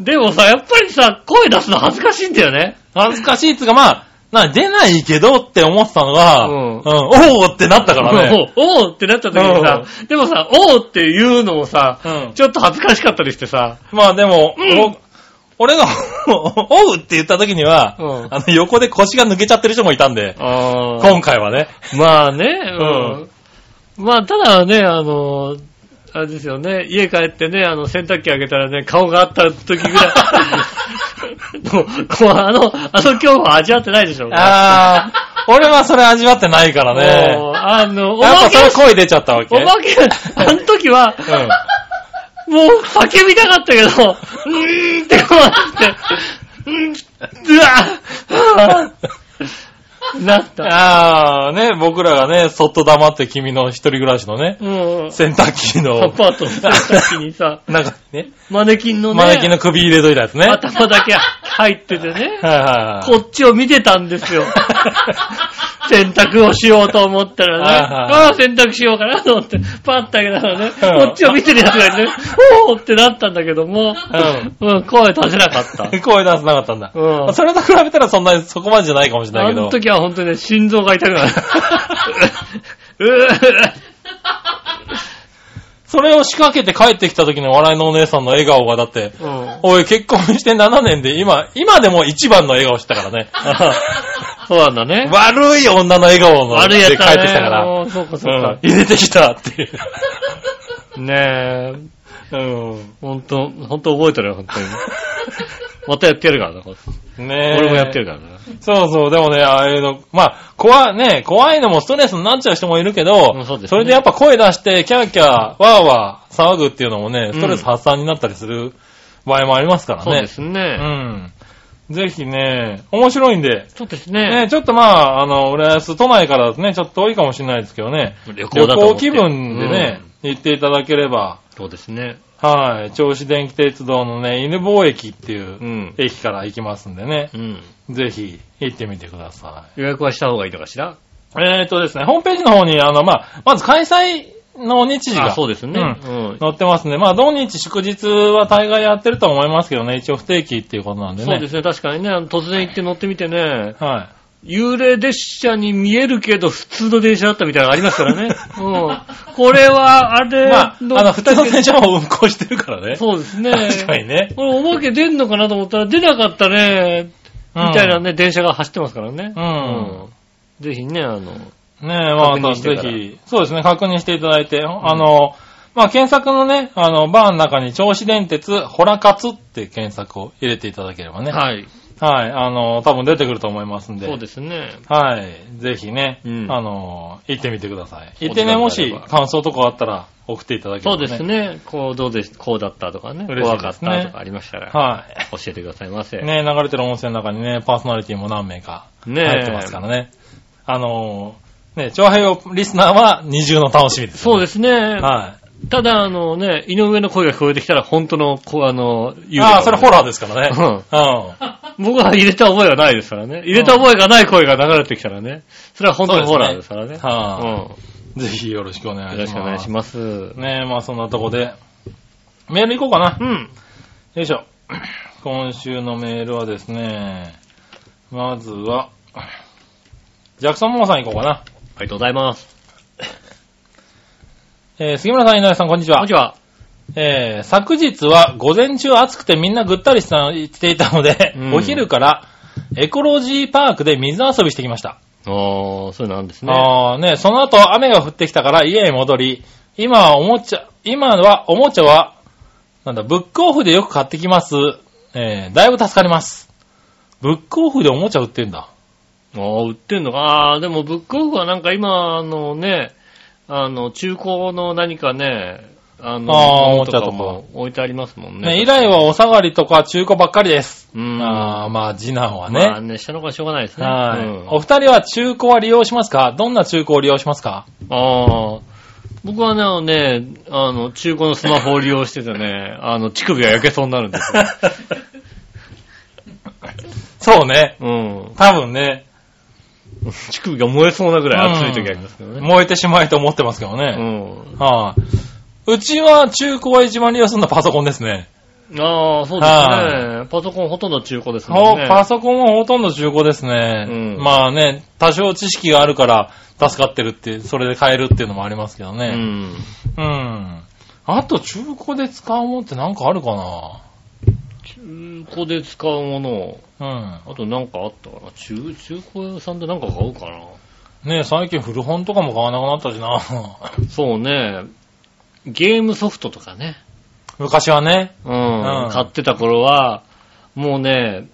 B: でもさ、やっぱりさ、声出すの恥ずかしいんだよね。
C: 恥ずかしいっつうか、まあ、な出ないけどって思ってたのが、
B: うん
C: おおーってなったからね。
B: おうおうってなった時にさ、でもさ、おうっていうのもさ、
C: うん
B: ちょっと恥ずかしかったりしてさ、
C: まあでも、
B: うん
C: お俺が、 おうって言った時には、
B: うん
C: あの横で腰が抜けちゃってる人もいたんで、
B: あ
C: 今回はね。
B: まあね、うん。まあ、ただね、あの、あれですよね、家帰ってね、あの、洗濯機あげたらね、顔があった時ぐらい、 もうこうあの、あの恐怖は味わってないでしょうか。
C: ああ、俺はそれ味わってないから
B: もう
C: ね。
B: あの、お
C: やっ
B: 化
C: ぱ
B: け
C: それ、声出ちゃったわけ。
B: お化け、あの時は、
C: うん。
B: もう叫びたかったけど、うーんって思って、うーん、うわぁなった。
C: ああ、ね、僕らがね、そっと黙って君の一人暮らしのね、
B: もう、
C: 洗濯機
B: ア
C: の、
B: パートの時にさ、
C: なんかね、
B: マネキンのね、
C: マネキンの首入れといたやつね。はい
B: 頭だけ入っててね、
C: はい
B: こっちを見てたんですよ。洗濯をしようと思ったらね、
C: はい
B: ああ、洗濯しようかなと思って、パッと開けたらね、
C: うん
B: こっちを見てるやつがいてね、おーってなったんだけども、うん、声立せなかった
C: は。い。 声出せなかったんだ。
B: うん
C: それと比べたらそんなにそこまでじゃないかもしれない
B: あ
C: けど。
B: の時は本当にね、心臓が痛くなる。うー
C: れを仕掛けて帰ってきた時の笑いのお姉さんの笑顔がだって、
B: うん。
C: おい、結婚して7年で今、今でも一番の笑顔してたから ね。
B: そうなんだね。
C: 悪い女の笑顔の
B: 悪いやつ
C: で帰ってきたから。
B: おーそうかそう
C: うん
B: か。
C: 入れてきたっていう。
B: ねえ、
C: う
B: ほんと、ほんと覚えてるよ、ほんと に。またやってやるからな、これ
C: ん。ねえ。
B: 俺もやってるからな。
C: そうそう、でもね、ああいうの、まあ、怖い、ね、怖いのもストレスになっちゃう人もいるけど、
B: うんそうですね
C: れでやっぱ声出して、キャーキャー、ワーワー騒ぐっていうのもね、ストレス発散になったりする場合もありますからね。
B: そうです
C: う
B: ね。
C: ん。ぜひね、面白いんで、
B: そうです
C: ね、
B: ね。
C: ちょっとまあ、あの、浦安都内からですね、ちょっと遠いかもしれないですけどね、
B: 旅
C: 旅
B: 行だと思
C: 行
B: って
C: 気分でね、
B: うん
C: 行っていただければ、
B: そうですね。
C: はい、銚子電気鉄道のね、犬坊駅っていう
B: うん。
C: 駅から行きますんでね、
B: うん。
C: ぜひ行ってみてください。
B: 予約はした方がいいのかしら
C: えー、とですね、ホームページの方に、あの、まあ、まず開催の日時が。
B: あ、そうですね。
C: うん
B: うん。
C: 載ってますね。まあ、土日祝日は大概やってると思いますけどね、一応不定期っていうことなんでね。
B: そうですね、確かにね、あの突然行って乗ってみてね、
C: は
B: 幽霊列車に見えるけど普通の電車だったみたいなのがありますから ね。うん。これは、あ
C: い。
B: れ
C: まあ、あの、普通の電
B: 車。
C: 車も運行してるからね。
B: そうですね。
C: 確かにね。
B: これおまけ出んのかなと思ったら出なかったね、
C: うん
B: みたいなね、電車が走ってますからね。
C: うん
B: うんぜひね、あの、
C: ねえ、まあ、
B: 確認して
C: ぜ
B: から
C: ひ、そうですね、確認していただいて、あの、まあ、検索のね、あの、バーの中に、銚子電鉄、ホラカツって検索を入れていただければね。はい。
B: はい。
C: あの、多分出てくると思いますんで。
B: そうですね。
C: はい。ぜひね、
B: うん
C: あのー行ってみてください。
B: お
C: 行ってね、も
B: 時間
C: し
B: があれば
C: 感想とかあったら送っていただけれ
B: そ
C: ば、
B: う
C: ね。
B: です。ね。こう、どうでしこうだったとかね。
C: 嬉し
B: 怖
C: い
B: か
C: で
B: っ
C: すね
B: たとかありましたら、
C: は
B: 教えてくださいませ。
C: い。ね、流れてる音声の中にね、パーソナリティも何名か
B: ねえ
C: 入ってますからね。あのー、ね、長平をリスナーは二重の楽しみです、。
B: そうですすね。
C: は
B: ただ、あのね、井上の声が聞こえてきたら、本当の、こう、あの、
C: い。
B: 幽霊
C: ああ、それホ
B: ら。
C: ラーですからね。
B: うん
C: う
B: 僕は入れた覚えがないですからね。入れた覚えがない声が流れてきたらね。それは本当のホラーですからね。
C: ん。は
B: うん
C: い、ぜひよろしくお願いします。
B: よろしくお願いします。う
C: ねえ、まあそんなとこで、メール行こうかな。
B: ん。
C: よいしょ。今週のメールはですね、まずは、ジャクソンモーさん行こうかな。
B: ありがとうございます。
C: えー杉村さん、井上さん、こんにち
B: こん
C: は
B: に。ちは。
C: えー昨日は午前中暑くてみんなぐったりしたしていたので、
B: うん
C: お昼からエコロジーパークで水遊びしてきました。
B: あー、そうなんですね。
C: あーね、その後雨が降ってきたから家へ戻り、今はおもちゃ、今はおもちゃは、なんだ、ブックオフでよく買ってきます。えーだいぶ助かります。ブックオフでおもちゃ売ってんだ。
B: あー売ってんのか。あー、でもブックオフはなんか今、あのね、あの、中古の何かね、あの、
C: あ
B: もの
C: ーおもちゃ
B: も置いてありますもんね。
C: ね、以来はお下がりとか中古ばっかりです。
B: うん。
C: ああ、まあ、次男は
B: まあ
C: ね。
B: ね、下の子はしょうがないですね。
C: はい、
B: うん
C: お二人は中古は利用しますかどんな中古を利用します か
B: ああ。僕はね、あのね、あの、中古のスマホを利用しててね、あの、乳首が焼けそうになるん ですよ。
C: そうね。
B: うん。
C: 多分ね、
B: 乳首が燃えそうなぐらい熱い時ありますけどね。
C: 燃えてしまえと思ってますけど
B: う
C: ね。
B: ん。
C: はいうちは中古は一番利用するのはパソコンですね。
B: ああ、そうですね。パソコンほとんど中古ですも
C: ほ
B: んね。
C: パソコンはほとんど中古ですね。
B: うん
C: まあね、多少知識があるから助かってるって、それで買えるっていうのもありますけど
B: う
C: ね。
B: ん。
C: うん。あと中古で使うもんってなんかあるかな
B: 中古で使うもの、
C: うん。
B: あとなんかあったかな。中、中古屋さんでなんか買おうかな。
C: ねえ、最近古本とかも買わなくなったしな。
B: そうね。ゲームソフトとかね。
C: 昔はね。
B: うん
C: うん
B: 買ってた頃は、もうね、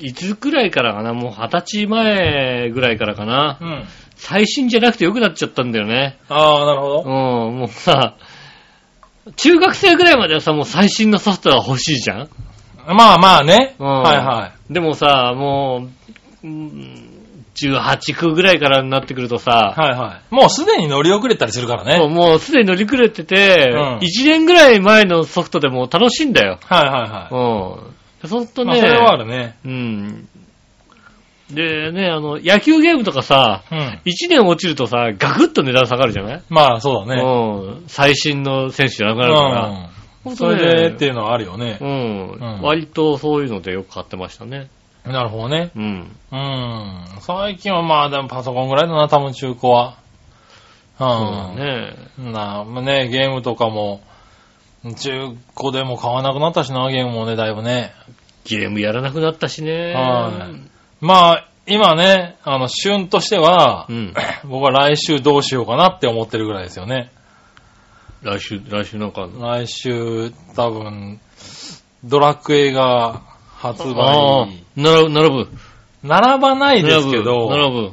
B: いつくらいからかな、もう二十歳前ぐらいからかな、
C: ん。
B: 最新じゃなくて良くなっちゃったんだよね。
C: ああ、なるほ
B: うん、
C: ど。
B: もうさ、中学生ぐらいまではさ、もう最新のソフトが欲しいじゃん
C: まあまあね。
B: うん
C: はいは
B: でもさ、もう、うん18区ぐらいからになってくると
C: い。
B: さ、
C: はいはい。もうすでに乗り遅れたりするからね。
B: もうもうすでに乗りくれてて、
C: うん
B: 1年ぐらい前のソフトでもう楽しいんだよ。
C: はいはいは
B: うん。そうすると
C: い。まあ
B: ね、
C: それはあるね。
B: うん。でね、あの、野球ゲームとかさ、
C: うん。
B: 1年落ちるとさ、ガクッと値段下がるじゃない、
C: まあそうだね。
B: うん。最新の選手じゃなくなるから。
C: う
B: ほん
C: ん。
B: と
C: そ
B: ね
C: れでっていうのはあるよね
B: う。ん、
C: うん
B: 割とそういうのでよく買ってましたね。
C: なるほどね。
B: うん。
C: うん。最近はまあでもパソコンぐらいだな、多分中古は。
B: そうだね。
C: なあ、まあね、ゲームとかも、中古でも買わなくなったしな、ゲームもね、だいぶね。
B: ゲームやらなくなったしね。
C: はまあ、今ね、あの、旬としては、
B: うん。
C: 僕は来週どうしようかなって思ってるぐらいですよね。
B: 来週、来週なんかあんの、
C: 来週、多分、ドラクエが発
B: ああ
C: 売。、
B: 並ぶ、並ぶ。
C: 並ばないですけど、並
B: 並ぶ。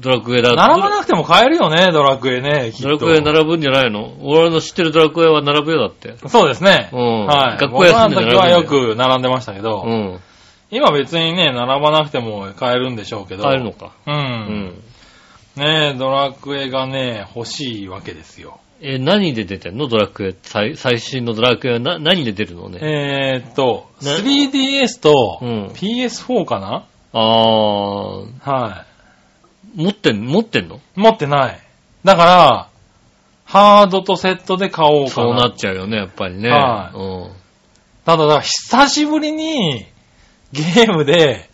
B: ドラクエだ。
C: ばなくても買えるよね、ドラクエね、きっ
B: ド
C: と
B: ラクエ並ぶんじゃないの俺の知ってるドラクエは並ぶよだって。
C: そうですね。
B: うん
C: はい。
B: 学校休んで並ぶ
C: 僕
B: んだ
C: ら
B: よ
C: の時はよく並んでましたけど、
B: うん。
C: 今別にね、並ばなくても買えるんでしょうけど。
B: 買えるのか。
C: う。
B: うんん。
C: ねえ、ドラクエがね、欲しいわけですよ。
B: え、何で出てんのドラクエ。最最新のドラクエはな何で出るのね。
C: えーっと、
B: ね
C: 3DS と
B: うん
C: PS4 かな、
B: あー、
C: は
B: 持ってん、持ってんの
C: い。持ってない。だから、ハードとセットで買おうか
B: そうな
C: な。
B: っちゃうよね、やっぱりね。
C: はただ、だから久しぶりにゲームで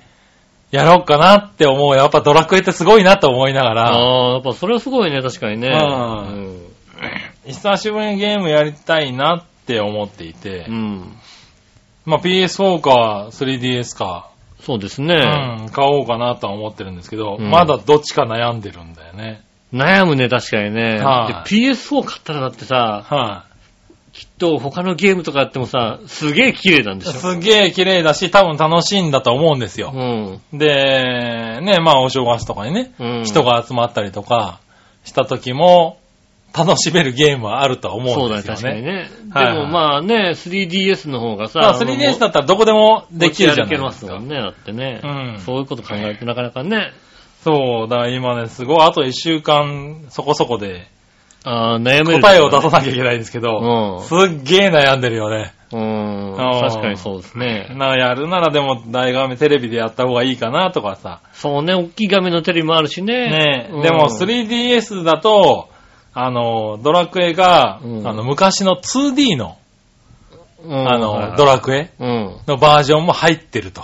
C: やろうかなって思う。やっぱドラクエってすごいなと思いなが
B: うん。
C: ら、
B: あー、やっぱそれはすごいね、確かにね。
C: う
B: うん
C: 久しぶりにゲームやりたいなって思っていて、
B: うん。
C: まあ PS4 か 3DS か、
B: そうですね。
C: うん、買おうかなとは思ってるんですけど、
B: うん
C: まだどっちか悩んでるんだよね。
B: 悩むね、確かにね。
C: はい
B: で PS4 買ったらだってさ、
C: は
B: きっと他のゲームとかやってもさ、すげえ綺麗なんで
C: い。
B: しょ。
C: すげえ綺麗だし、多分楽しいんだと思うんですよ。
B: うん。
C: で、ね、まあ、お正月とかにね、
B: うん
C: 人が集まったりとかした時も、楽しめるゲームはあるとは思
B: そう
C: う
B: だ
C: んで
B: ね、
C: すよね。
B: 確かにね。
C: はいはい
B: でもまあね、3DS の方がさ、
C: まあ 3DS だったらどこでもできるじゃ
B: 持ち歩
C: な
B: け
C: い
B: ま
C: ですす
B: も
C: か。
B: んね、だってね。
C: うん
B: そういうこと考えるとなかなかね、
C: そう、だから今ね、すごい、あと1週間そこそこで
B: あー悩める。
C: 答えを出さなきゃいけないんですけど、
B: う
C: すっげえ悩んでるよね。
B: ん。うん。
C: あー
B: 確かにそうですね。
C: な、やるならでも大画面テレビでやった方がいいかなとかさ。
B: そうね、大きい画面のテレビもあるしね。
C: ねえ、でも
B: 3
C: 3DS だと、あの、ドラクエが、
B: うん
C: あの、昔の 2D の、あの、ド
B: ラ、
C: ラクエ
B: うん。
C: のバージョンも入ってると。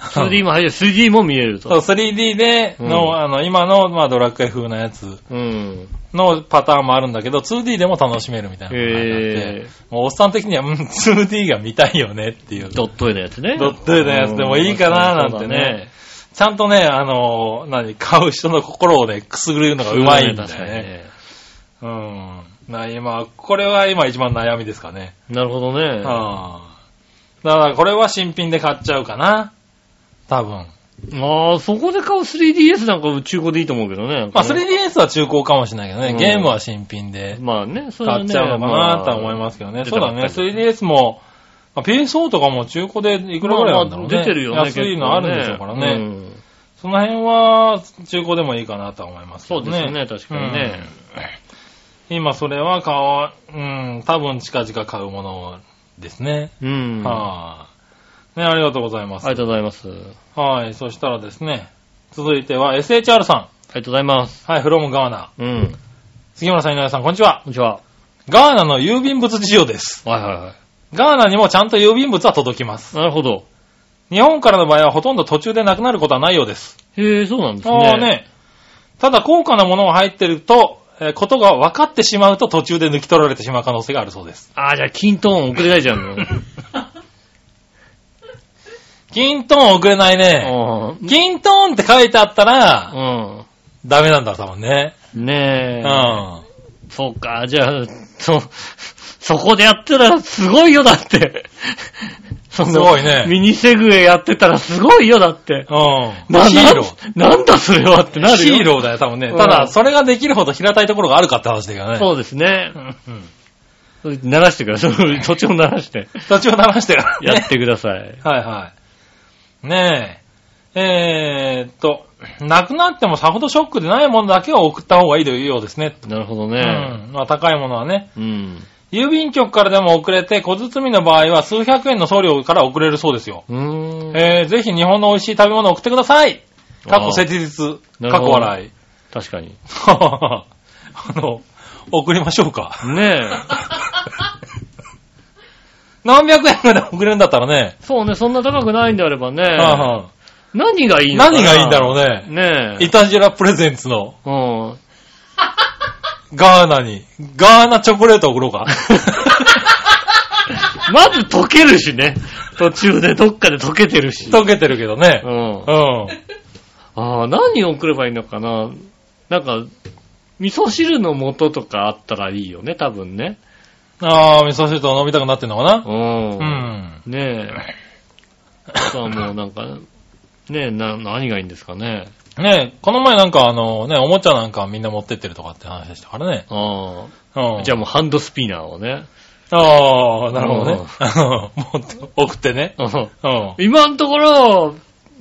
B: 2D も入る、3D も見える
C: そう、
B: と。
C: 3D での、
B: うん
C: あの、今の、まあ、ドラクエ風なやつ
B: うん。
C: のパターンもあるんだけど、2D でも楽しめるみたいなのがあって
B: へ
C: もうおっさん的には、うん、2D が見たいよねっていう
B: ー。。ドット絵のやつね。
C: ドット絵のやつでもいいかななん
B: う
C: てね
B: んそうだ
C: ちゃんとね、あの、何、買う人の心をね、くすぐるのがうまいんだ
B: 確か
C: よ
B: に
C: ね。
B: ね。
C: うん。な、今、これは今一番悩みですかね。
B: なるほど
C: う
B: ね
C: ん。。だからこれは新品で買っちゃうかな。多分。
B: ああ、そこで買う 3DS なんか中古でいいと思うけどね。
C: まあ
B: これ
C: 3DS は中古かもしれないけど
B: うん
C: ね、ゲームは新品で
B: まあね、それは
C: 買
B: ね
C: っちゃうのかなとは思いますけどね。そうだね、3DS も、まあ PS4 とかも中古でいくらぐらいなんだろうね。
B: まあまあ出てるよね。
C: 安いのあるんでしょうからね。
B: 結構うん
C: その辺は中古でもいいかなとは思いますけ
B: そ
C: ど
B: うですよね、確かにね。
C: うん今それは買わ、うん、多分近々買うものですね。
B: うん。あ
C: はあ。ね、ありがとうございます。
B: りがとうございます。あ
C: はい、そしたらですね、続いては SHR さ
B: りがとうございます。
C: ん。はい、フロムガーナ。
B: うん。こ
C: 杉村さん、井上さん、こんにちは。
B: んにちは。
C: ガーナの郵便物事情です。
B: はいはいはい。
C: ガーナにもちゃんと郵便物は届きます。
B: なるほど。
C: 日本からの場合はほとんど途中でなくなることはないようです。
B: へえ、そうなんですね。
C: ああね。ただ、高価なものが入ってると、えーことが分かってしまうと途中で抜き取られてしまう可能性があるそう です。
B: ああ、じゃあ、均等音送れ ないじゃん。
C: 金トーン送れないね。
B: う
C: 金トーンって書いてあったら、
B: ん。
C: ダメなんだ、多分ね。
B: うん。ね
C: う
B: え。
C: ん。
B: そうか、じゃあ、そ、そこでやってたらすごいよ、だ って。その
C: すごいね
B: ミニセグウェイやってたらすごいよ、だって。
C: うん。
B: な
C: ヒーロー。。
B: ななんだそれはってなるよ。
C: ヒーローだよ、多分ね。
B: うん
C: ただ、それができるほど平たいところがあるかって話だよね。
B: そうですね。
C: うん。
B: 鳴らしてください。途中を鳴ら して。
C: 途中を流してからね
B: やってください。
C: はいはい。ねえ。えーっと、なくなってもさほどショックでないものだけを送った方がいいというようですね。
B: なるほど
C: う
B: ね。
C: ん。まあ高いものはね。
B: うん。
C: 郵便局からでも遅れて、小包の場合は数百円の送料から遅れるそうですよ。
B: うーん。
C: えー、ぜひ日本の美味しい食べ物を送ってください過
B: あ
C: 去
B: ー
C: 切実。
B: なる
C: 過去
B: ほど
C: 笑い。
B: 確かに。
C: あの、送りましょうか。
B: ね
C: 何百円ぐらい送れるんだったらね。
B: え。そうね、そんな高くないんであればね。
C: はあはあ
B: 何がいいのかな
C: 何がいいんだろうね。
B: ねえ。
C: イタジラプレゼンツの
B: うん。
C: ガーナに、ガーナチョコレート送ろ うか。
B: まず溶けるしね。途中でどっかで溶けてるし。
C: 溶けてるけどね
B: う。ん
C: う。ん。
B: ああ、何送ればいいのかななんか、味噌汁の素とかあったらいいよね、多分ね。
C: ああ、味噌汁と飲みたくなってんのかな
B: う。ん。
C: うん。
B: ねえ。あとはもうなんか、ねえ、な、何がいいんですかね。
C: ねえ、この前なんかあのね、おもちゃなんかみんな持ってってるとかって話でしたからね。
B: あ
C: う
B: あ。
C: ん。
B: じゃあもうハンドスピナーをね。
C: ああ、なるほどね。 持って、送ってね。
B: うん
C: うん。
B: 今のところ、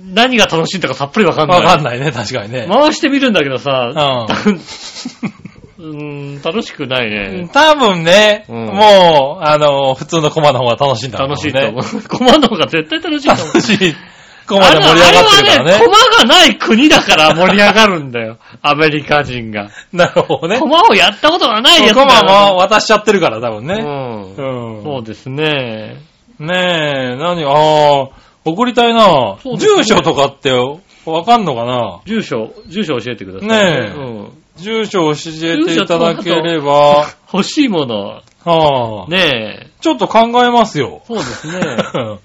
B: 何が楽しいんだかさっぱりわかんない。
C: わかんないね、確かにね。
B: 回してみるんだけど
C: う
B: さ、
C: ん。
B: うーん、楽しくないね。
C: 多分ね、
B: うん
C: もう、あの、普通のコマの方が楽しいんだろうね。
B: 楽しいと思う。 コマの方が絶対楽しいと思う
C: 楽。しいコマで盛り上がってるから
B: あれは
C: ね。
B: コマがない国だから盛り上がるん だよ。アメリカ人が。
C: なるほどね。
B: コマをやったことがないやつ
C: コ
B: だ
C: マも
B: か
C: 渡しちゃってるから、多分
B: ら
C: ね。
B: う。
C: うんん。
B: そうですね。
C: ねえ、何、ああ、送りたいな。
B: そうですね
C: 住所とかってわかんのかな
B: 住所、住所教えてください。
C: ねえ
B: うん。
C: 住所を教えていただければ、
B: 欲しいもの、
C: はあ、
B: ねえ。
C: ちょっと考えますよ。
B: そうですね。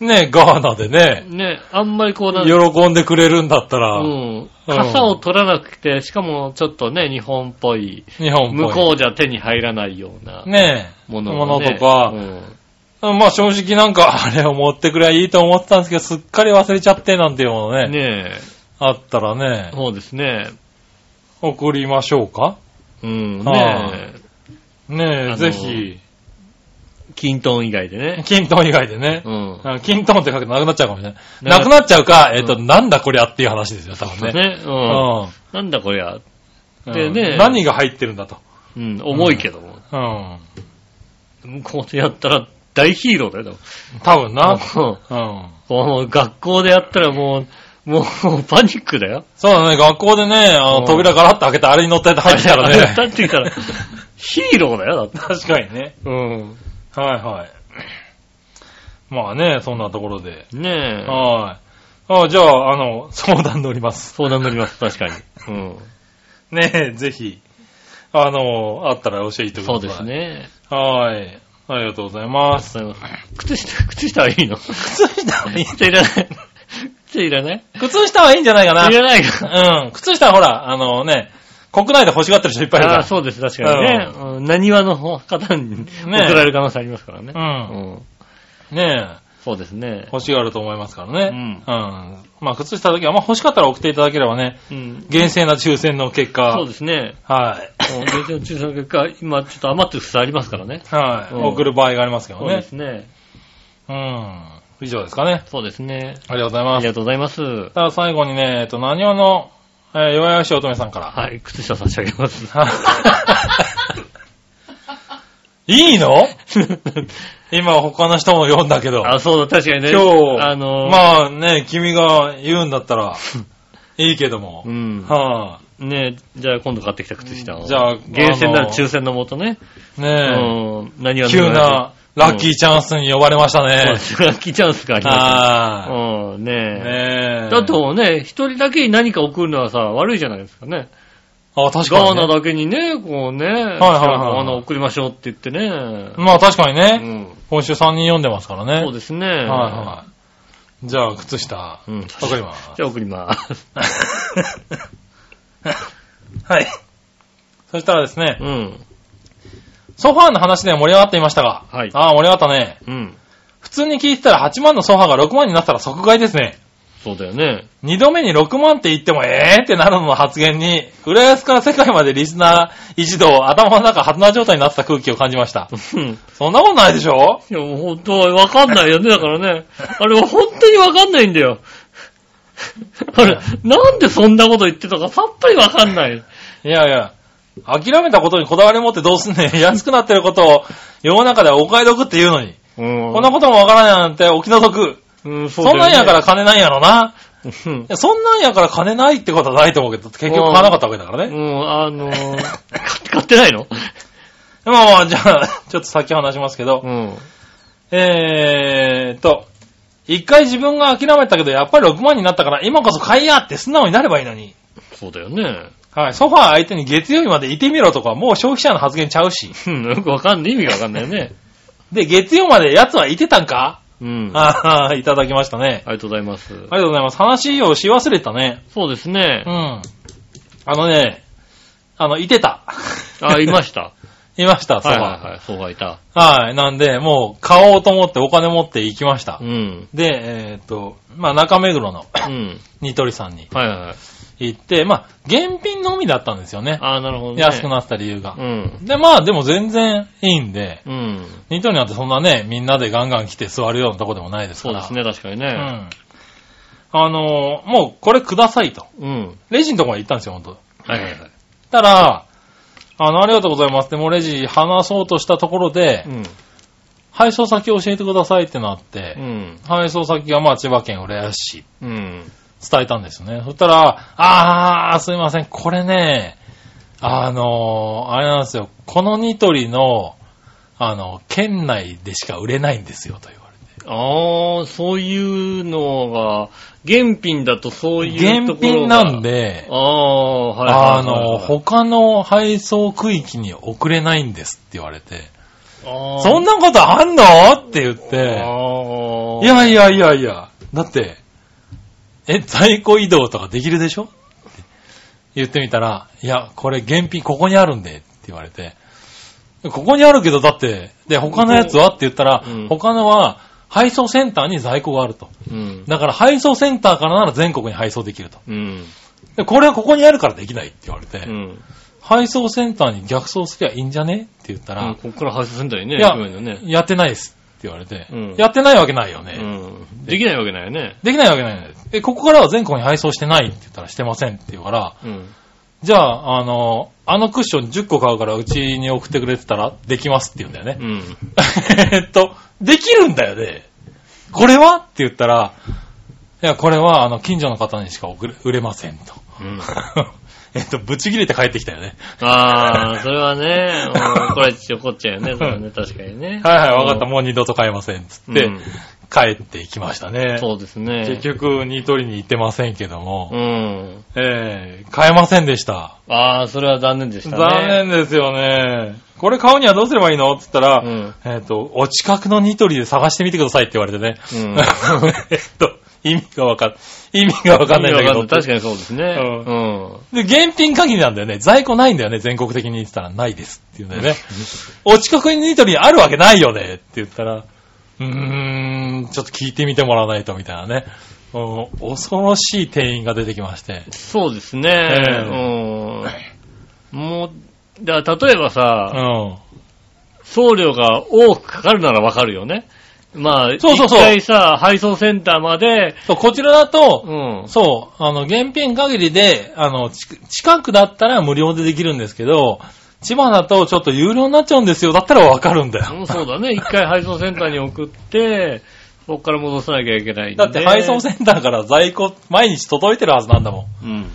C: ねえ、ガーナでね、
B: ねえ、あんまりこうなんか
C: 喜んでくれるんだったら、
B: うん。傘を取らなくて、しかもちょっとね、日本っぽい、
C: 日本っぽい。
B: 向こうじゃ手に入らないような
C: ねえ、
B: もの,、
C: ものとか、
B: うん
C: まあ正直なんかあ れを持ってくりゃいいと思ってたんですけど、すっかり忘れちゃってなんていうものね、
B: ね
C: あったらね
B: え、、そうですね。
C: 送りましょうか。
B: うん、
C: はあ
B: ねえ。
C: ねえ、
B: あの
C: ぜひ、
B: 均等以外で ね。
C: 均等以外でね
B: う、ん。
C: あ均等って書くとなくなっちゃうかもしれない。
B: な
C: なくなっちゃうか、えっ、と、
B: う
C: なんだこりゃっていう話ですよ、多分ね。
B: ね。
C: う
B: うん。なんだこりゃ。
C: ん。
B: でね
C: うん何が入ってるんだと。
B: うん、重いけども。
C: う
B: 向
C: ん。
B: こうでやったら大ヒーローだよ。でも
C: 多分
B: うん
C: な。うん。
B: もう学校でやったらもう、もう パニックだよ。
C: そうだね、学校でね、あ
B: うん
C: の、扉ガラッと開けてあれに乗って入ってきたら ね。
B: だってきたら、ヒーローだよ、だって。
C: 確かにね。
B: うん。
C: はいはい。まあね、そんなところで。
B: ねえ。
C: はい。あじゃあ、あの、相談乗ります。
B: 相談になります、確かに。うん。
C: ねえ、ぜひ、あの、あったら教えてくださ
B: そ
C: い。
B: うです。ね。
C: はい。ありがとうございます。
B: そう靴下、靴下はいいの
C: 靴下はいい
B: 靴下いらない。靴下いらない
C: 靴下はいいんじゃないか
B: いら
C: な。
B: ないか。
C: うん。靴下はほら、あのね、国内で欲しがってる人いっぱいいる
B: ああ、
C: か
B: そうです、確かにね。うん何話の方に送
C: ね
B: られる可能性ありますからね。
C: ら。うん。
B: うん
C: ねえ、
B: そうですね。
C: 欲しがると思いますからね。うん。まあ、靴下だけは、まあ、欲しかったら送っていただければね、
B: うん。
C: 厳正な抽選の結果。
B: そうですね。
C: はい。
B: うん現状中の結果、今ちょっと余ってる靴ありますからね。
C: はい。
B: うん
C: 送る場合がありますけど
B: そうで
C: ね
B: す。ね。
C: うん。以上ですかね。
B: そうですね。
C: ありがとうござい
B: あ
C: ます
B: り。がとうございます。は
C: さあ、最後にね、えっと、何をの、えー、弱々しい乙女さ んから。
B: い、靴下差し上げます。
C: いいの今他の人も読んだけ ど。
B: あ、そうだ、確かにね。
C: 今日、
B: あのー、
C: まあね、君が言うんだっ たら、いいけども。
B: うん。
C: は
B: ねじゃあ今度買ってきた靴下を。
C: じゃあ
B: 厳選なる抽選のもとね。う
C: あ、ね
B: ん。何
C: え、
B: は
C: 急なラッキーチャンスに呼ばれました
B: そう
C: ね
B: で。すラッキーチャンスがありました。
C: は
B: うん、
C: い。
B: ね
C: ねえ。
B: だって、もうね、一人だけに何か送るのはさ、悪いじゃないですかね。
C: あ、確か
B: ガー
C: にね、
B: ナだけにね、こうね、はい
C: はいはい
B: ガーナ送りましょうって言ってね。
C: まあ確かに
B: う
C: ね、
B: ん。
C: 今週3人読んでますからね。
B: そうですね。はい
C: はいはい。じゃあ、靴下、わ
B: うん。
C: かります。
B: じゃあ送ります。
C: はい。そしたらですね、
B: うん。
C: ソファーの話で盛り上がっていましたが、
B: はい
C: ああ、盛り上がったね。
B: うん。
C: 普通に聞いてたら8万のソファーが6万になったら即買いですね。
B: そうだよね。
C: 二度目に6万って言ってもえーってなるのの発言に、浦安から世界までリスナー一同頭の中ハテナ状態になってた空気を感じました。
B: うん。
C: そんなことないでしょ
B: いや、もう本当はわかんないよね、だからね。あれは本当にわかんないんだ よ。あれ、なんでそんなこと言ってたかさっぱりわかんない。
C: いやいや、諦めたことにこだわり持ってどうすんねん。安くなってることを世の中ではお買い得って言うのに。
B: うん
C: こんなこともわからないなんてお気の毒。
B: うん、
C: そ
B: そうんだ
C: なんや
B: よね
C: から。金ないんやろな。
B: うん
C: いやそんなんやから金ないってことはないと思うけど、結局買わなかったわけだからね。
B: うん、あのー、 買って買ってないの
C: まあまあ、じゃあ、ちょっと先話しますけど、
B: ん。
C: えーっと、一回自分が諦めたけど、やっぱり6万になったから、今こそ買いやって素直になればいいのに。
B: そうだよね。
C: はい。ソファー相手に月曜日までいてみろとか、もう消費者の発言ちゃうし。
B: うんよくわかんない。意味がわかんないよね。
C: で、月曜まで奴はいてたんか
B: うん。あ
C: ああ、いただきましたね。
B: りがとうございます。
C: ありがとうございます。話をし忘れたね。
B: そうですね
C: う。ん。あのね、あの、いてた。
B: あ、いま した。
C: いました、ソ
B: はい
C: ファー。
B: はいはい。そうがいた。
C: はい。なんで、もう、買おうと思ってお金持って行きました
B: う。ん。
C: で、えっ、と、まあ、中目黒の
B: うん。
C: ニトリさんに
B: はいはい。
C: 行って、まあ、現品のみだったんですよね。
B: あーなるほどね。
C: 安くなった理由が
B: う。ん。
C: で、まあ、でも全然いいんで、
B: うん。
C: ニトリなんてそんなね、みんなでガンガン来て座るようなとこでもないです
B: そ
C: か
B: うで
C: ら。
B: すね、確かに
C: う
B: ね。
C: ん。あのーもうこれくださいと。
B: うん。
C: レジのとこまで行ったんですよ、ほんと。
B: はいはいはい。
C: たら、あの、ありがとうございますって、もうレジ話そうとしたところで、
B: うん。
C: 配送先教えてくださいってなって、
B: うん。
C: 配送先がまあ千葉県浦安市、
B: うん。
C: 伝えたんですよね。そしたら、あー、すいません、これね、あのーあれなんですよ、このニトリの、あの、県内でしか売れないんですよ、と言われて。
B: ああ、そういうのが、現品だとそういうと
C: 現
B: ころ
C: 品
B: が。
C: なん。で、
B: ああ、はいはい
C: あ
B: はい
C: の、
B: はい。
C: 他の配送区域に送れないんですって言われて、
B: あー
C: そんなことあんのって言って、
B: ああ。
C: いやいやいやいや、だって、え、在庫移動とかできるでしょって言ってみたら、いや、これ現品ここにあるんでって言われて、ここにあるけどだって、で、他のやつはって言ったら、
B: うん
C: 他のは配送センターに在庫があると。
B: うん。
C: だから配送センターからなら全国に配送できると。
B: うん。
C: で、これはここにあるからできないって言われて、
B: うん。
C: 配送センターに逆送すりゃいいんじゃねって言った
B: うん
C: ら、
B: こっから配送センターにね、
C: いや
B: 行けばいいのね。
C: やってないですって言われて、
B: うん
C: やってないわけないよね。
B: うん。できないわけないよね。
C: できないわけないよね。え、ここからは全国に配送してないって言ったらしてませんって言うから、
B: うん。
C: じゃあ、あの、あのクッション10個買うからうちに送ってくれてたらできますって言うんだよね
B: う。ん。
C: えっと、できるんだよね。これはって言ったら、いや、これは、あの、近所の方にしか送れ売れませんと。
B: うん。
C: えっと、ぶち切れて帰ってきたよね。
B: ああ、それはね、うん怒られちゃ怒っちゃうよね、それはね、確かにね。
C: はいはい、わかった、もう二度と買えません。つって、
B: うん
C: 帰っていきましたね。
B: そうですね。
C: 結局、ニトリに行ってませんけども、
B: うん。
C: ええ買えませんでした。
B: ああ、それは残念でしたね。
C: 残念ですよね。これ買うにはどうすればいいのって言ったら、
B: うん
C: えっ、と、お近くのニトリで探してみてくださいって言 われてね。
B: うん
C: えっと、意味がわかん、意味がわかんないんだけど。
B: 確かにそうですね。
C: う
B: うん。
C: で、現品限りなんだよね。在庫ないんだよね。全国的に言ってたらないですっていうんだよね。お近くにニトリあるわけないよねって言ったら、うーん、ちょっと聞いてみてもらわないとみたいなね。うん恐ろしい店員が出てきまして。
B: そうですね。
C: え
B: うん。もう、だから例えば
C: う
B: さ、
C: ん。
B: 送料が多くかかるならわかるよね。まあ、
C: そうそうそう
B: 一回さ、配送センターまで、
C: そう、こちらだと、
B: うん。
C: そう、あの、現品限りで、あの、ち近くだったら無料でできるんですけど、千葉だとちょっと有料になっちゃうんですよ。だったらわかるんだ
B: う
C: よ
B: ん。そうだね。一回配送センターに送って、そこから戻さなきゃいけないんで。
C: だって配送センターから在庫毎日届いてるはずなんだも
B: う
C: ん。
B: ん。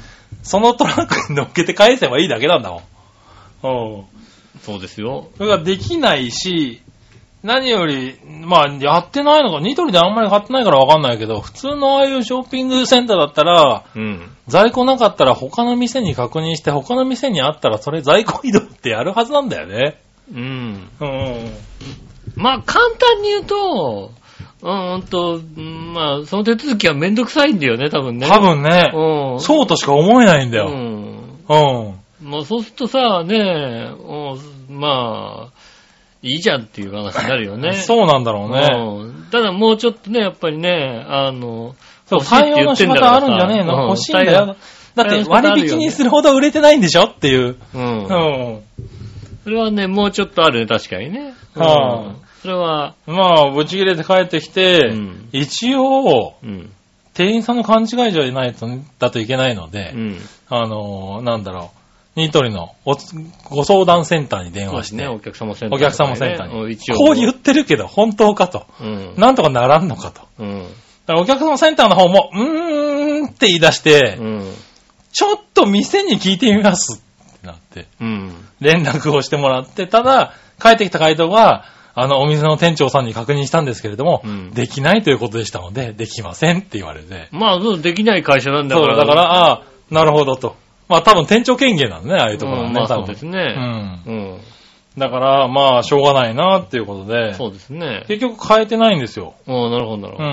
C: そのトラックに乗っけて返せばいいだけなんだもん。うん。
B: そうですよ。
C: それができないし、何より、まあ、やってないのか、ニトリであんまり買ってないからわかんないけど、普通のああいうショッピングセンターだったら、
B: うん。
C: 在庫なかったら他の店に確認して、他の店にあったらそれ在庫移動ってやるはずなんだよね。
B: うん。
C: うん。
B: まあ、簡単に言うと、うんうんと、うんまあ、その手続きはめんどくさいんだよね、多分ね。
C: 多分ね、
B: うん。う
C: そうとしか思えないんだよ。
B: ん。
C: うん。
B: まあ、そうするとさ、ね、うんまあ、いいじゃんっていう話になるよね。
C: そうなんだろうね。
B: うんただもうちょっとね、やっぱりね、あの、
C: そう、
B: 欲しいって
C: 対応
B: 言
C: の
B: って
C: 仕
B: んだ
C: 方
B: か
C: あ
B: らさ
C: るんじゃねえ
B: う
C: の
B: ん
C: 欲しいんだよ。だ
B: 対応の仕方
C: って
B: あるよね
C: 割引にするほど売れてないんでしょっていう。
B: うん。
C: うん。
B: それはね、もうちょっとあるね、確かにね。うん
C: はあ
B: それは、
C: まあ、ぶち切れて帰ってきて、
B: うん
C: 一応、
B: うん。
C: 店員さんの勘違いじゃないと、だといけないので、
B: うん。
C: あのーなんだろう、ニトリのおつご相談センターに電
B: そうで
C: 話し
B: す
C: て、
B: ね、お客様センター、
C: お客様センターに、
B: うん一応。
C: こう言ってるけど、本当かと。
B: うん。
C: なんとかならんのかと。
B: うん。
C: だからお客様センターの方も、うーんって言い出して、
B: うん。
C: ちょっと店に聞いてみますってなって、
B: うん。
C: 連絡をしてもらって、ただ、帰ってきた回答は、あの、お店の店長さんに確認したんですけれども、
B: うん
C: できないということでしたので、できませんって言われて。
B: まあ、そうできない会社なんだ
C: そ
B: か
C: う
B: ら。
C: だから、ああ、なるほどと。まあ多分店長権限なんだね、ああいうところは
B: うんま
C: ね。
B: あ
C: 多
B: そ
C: 分
B: うです
C: う
B: ね。
C: ん。
B: うん。
C: だから、まあ、しょうがないなっていうことで、
B: そうですね。
C: 結局変えてないんですよ。
B: ああ、なるほど、なるほ
C: う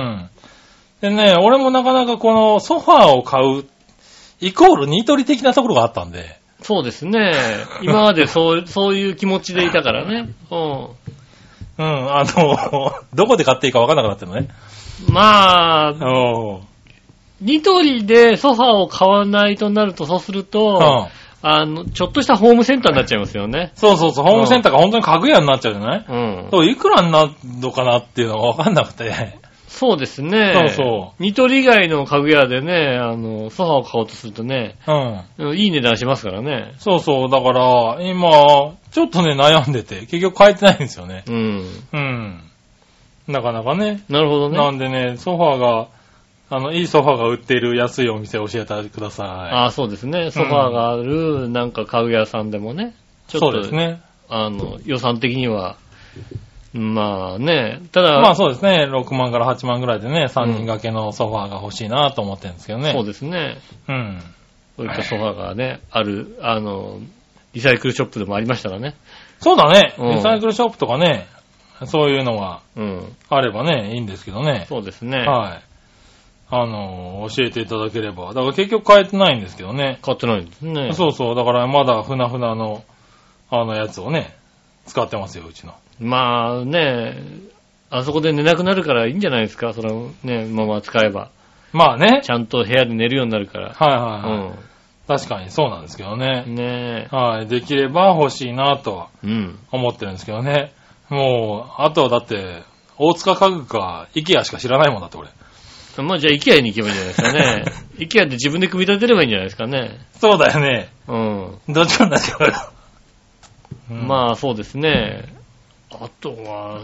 B: ど。
C: ん。でね、俺もなかなかこのソファーを買う、イコールニトリ的なところがあったんで、
B: そうですね。今までそう、 そういう気持ちでいたからね。う
C: うん、あの、 どこで買っていいかわかんなくなってるのね。
B: ん。まあ、
C: お
B: ニトリでソファーを買わないとなると、そうする
C: う
B: と、
C: ん。
B: あの、ちょっとしたホームセンターになっちゃいますよね。
C: そうそうそう、ホームセンターが本当に家具屋になっちゃうじゃない
B: うん。
C: そう、いくらになるのかなっていうのがわかんなくて。
B: そうですね。。
C: そうそう
B: ニトリ以外の家具屋でね、あの、ソファーを買おうとするとね、
C: うん。
B: うんいい値段しますからね。
C: そうそう、だから、今、ちょっとね、悩んでて、結局変えてないんですよね。
B: うん。
C: うん。なかなかね。
B: なるほどね。
C: なんでね、ソファーが、あの、いいソファーが売っている安いお店教えてくださ
B: ああ、そうですね。ソファーがある、なんか家具屋さんでもね。
C: い。
B: ちょっ
C: そう
B: と、
C: ですね。
B: あの、予算的には、まあね、ただ、
C: まあそうですね、6万から8万ぐらいでね、3人掛けのソファーが欲しいなと思ってるんですけどね。
B: そうですね。
C: うん。
B: そういったソファーがね、ある、あの、リサイクルショップでもありましたらね。
C: そうだね、
B: うん
C: リサイクルショップとかね、そういうのが
B: うん。
C: あればね、いいんですけどね。
B: そうですね。
C: はい。あの、教えていただければ。だから結局変えてないんですけどね。
B: 買ってないんですね。
C: そうそう。だからまだふなふなの、あのやつをね、使ってますよ、うちの。
B: まあね、あそこで寝なくなるからいいんじゃないですか、そのね、まま使えば。
C: まあね。
B: ちゃんと部屋で寝るようになるから。
C: はいはいはい。
B: う
C: 確かにそうなんですけどね。
B: ん。ね
C: はい。できれば欲しいなとは
B: え。うん。
C: 思ってるんですけどね。もう、あとはだって、大塚家具か、イケアしか知らないもんだって俺。
B: まあじゃあ、イケアに行けばいいんじゃないですか ね。イケアで自分で組み立てればいいんじゃないですかね。
C: そうだよね。
B: うん。
C: どっちかになっちゃうよ。あ。
B: まあ、そうですね。あとは、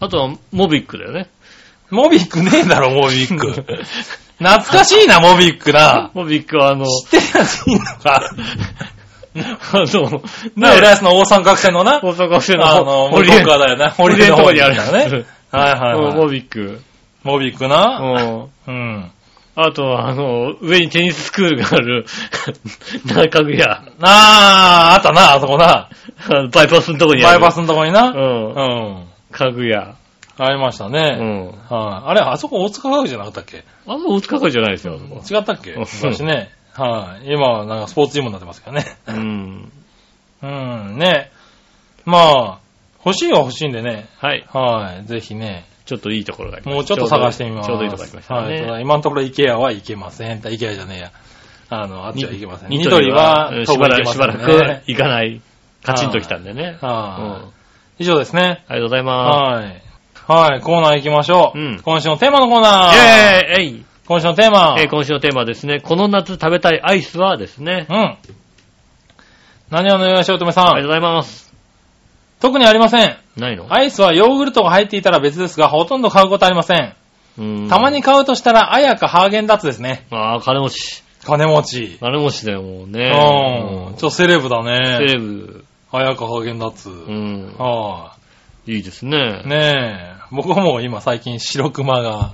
B: あとは、モビックだよね。
C: モビックねえだろ、モビック。 懐かしいな、モビックな。
B: モビックは、あの、
C: 知ってるやついいのか。
B: あの、
C: な、浦安の大三角線のな。
B: 大阪府政
C: あ
B: の
C: の、
B: ホ
C: 森
B: リ
C: エ
B: エ
C: ン
B: ン
C: カーだよね。
B: 森
C: エ
B: のと
C: ン
B: こ
C: カ
B: にあるや
C: ね。
B: つ。
C: はいはい、
B: モ
C: はい。
B: ビック。
C: モビックな。
B: うん。
C: うん。
B: あとは、あの、上にテニススクールがある、 中具屋、
C: あー、あったな、あそこな。
B: あのバイパスのとこにあ
C: バイ
B: る。
C: パスのとこに
B: う。
C: な。うんん。
B: 家具屋。
C: ありました
B: う
C: ね。
B: ん。
C: はい。あれ、あそこ大塚家具じゃなかったっけ
B: あんま大塚区じゃないですよ、あそこ
C: 違ったっけ
B: うん
C: 昔ね。はい。今はなんかスポーツチームになってますけどね。
B: うん。
C: うん、ね。まあ、欲しいは欲しいんでね。
B: はい。
C: はい。ぜひね。
B: ちょっといいところがあります
C: もうちょっと探してみます。
B: ちょうどいいところがありました
C: はい。ただ
B: ね。
C: 今のところ IKEA は行けません。IKEA じゃねえや。あの、あっちは行けません。
B: ニトリは、
C: ニ
B: し
C: ト
B: ばら
C: リは
B: く、しばら
C: 遠く行けません
B: く
C: ね
B: 行かない。カチンと来たんでね。うん。
C: は
B: あ
C: い。以上ですね。
B: りがとうございま
C: はい。はい、コーナー行きましょう。
B: うん
C: 今週のテーマのコーナ
B: す。イ
C: ー。
B: ェーイえい
C: 今週のテーマ。
B: えー今週のテーマはですね、この夏食べたいアイスはですね。
C: うん。何をのよしおとめさ。
B: ありがとうんございます。
C: 特にありません。
B: ないの
C: アイスはヨーグルトが入っていたら別ですが、ほとんど買うことありません。
B: うん
C: たまに。買うとしたら、あやかハーゲンダッツですね。
B: ああ、金持ち。
C: 金持ち。
B: 金持ちだよ、もうね。
C: うん。ちょっ
B: ちょ
C: とセレブ
B: セ
C: だね。
B: レブ。
C: あやかハーゲンダッツ。
B: うん。
C: はい
B: いですね。
C: ねえ、僕はもう今最近白熊が、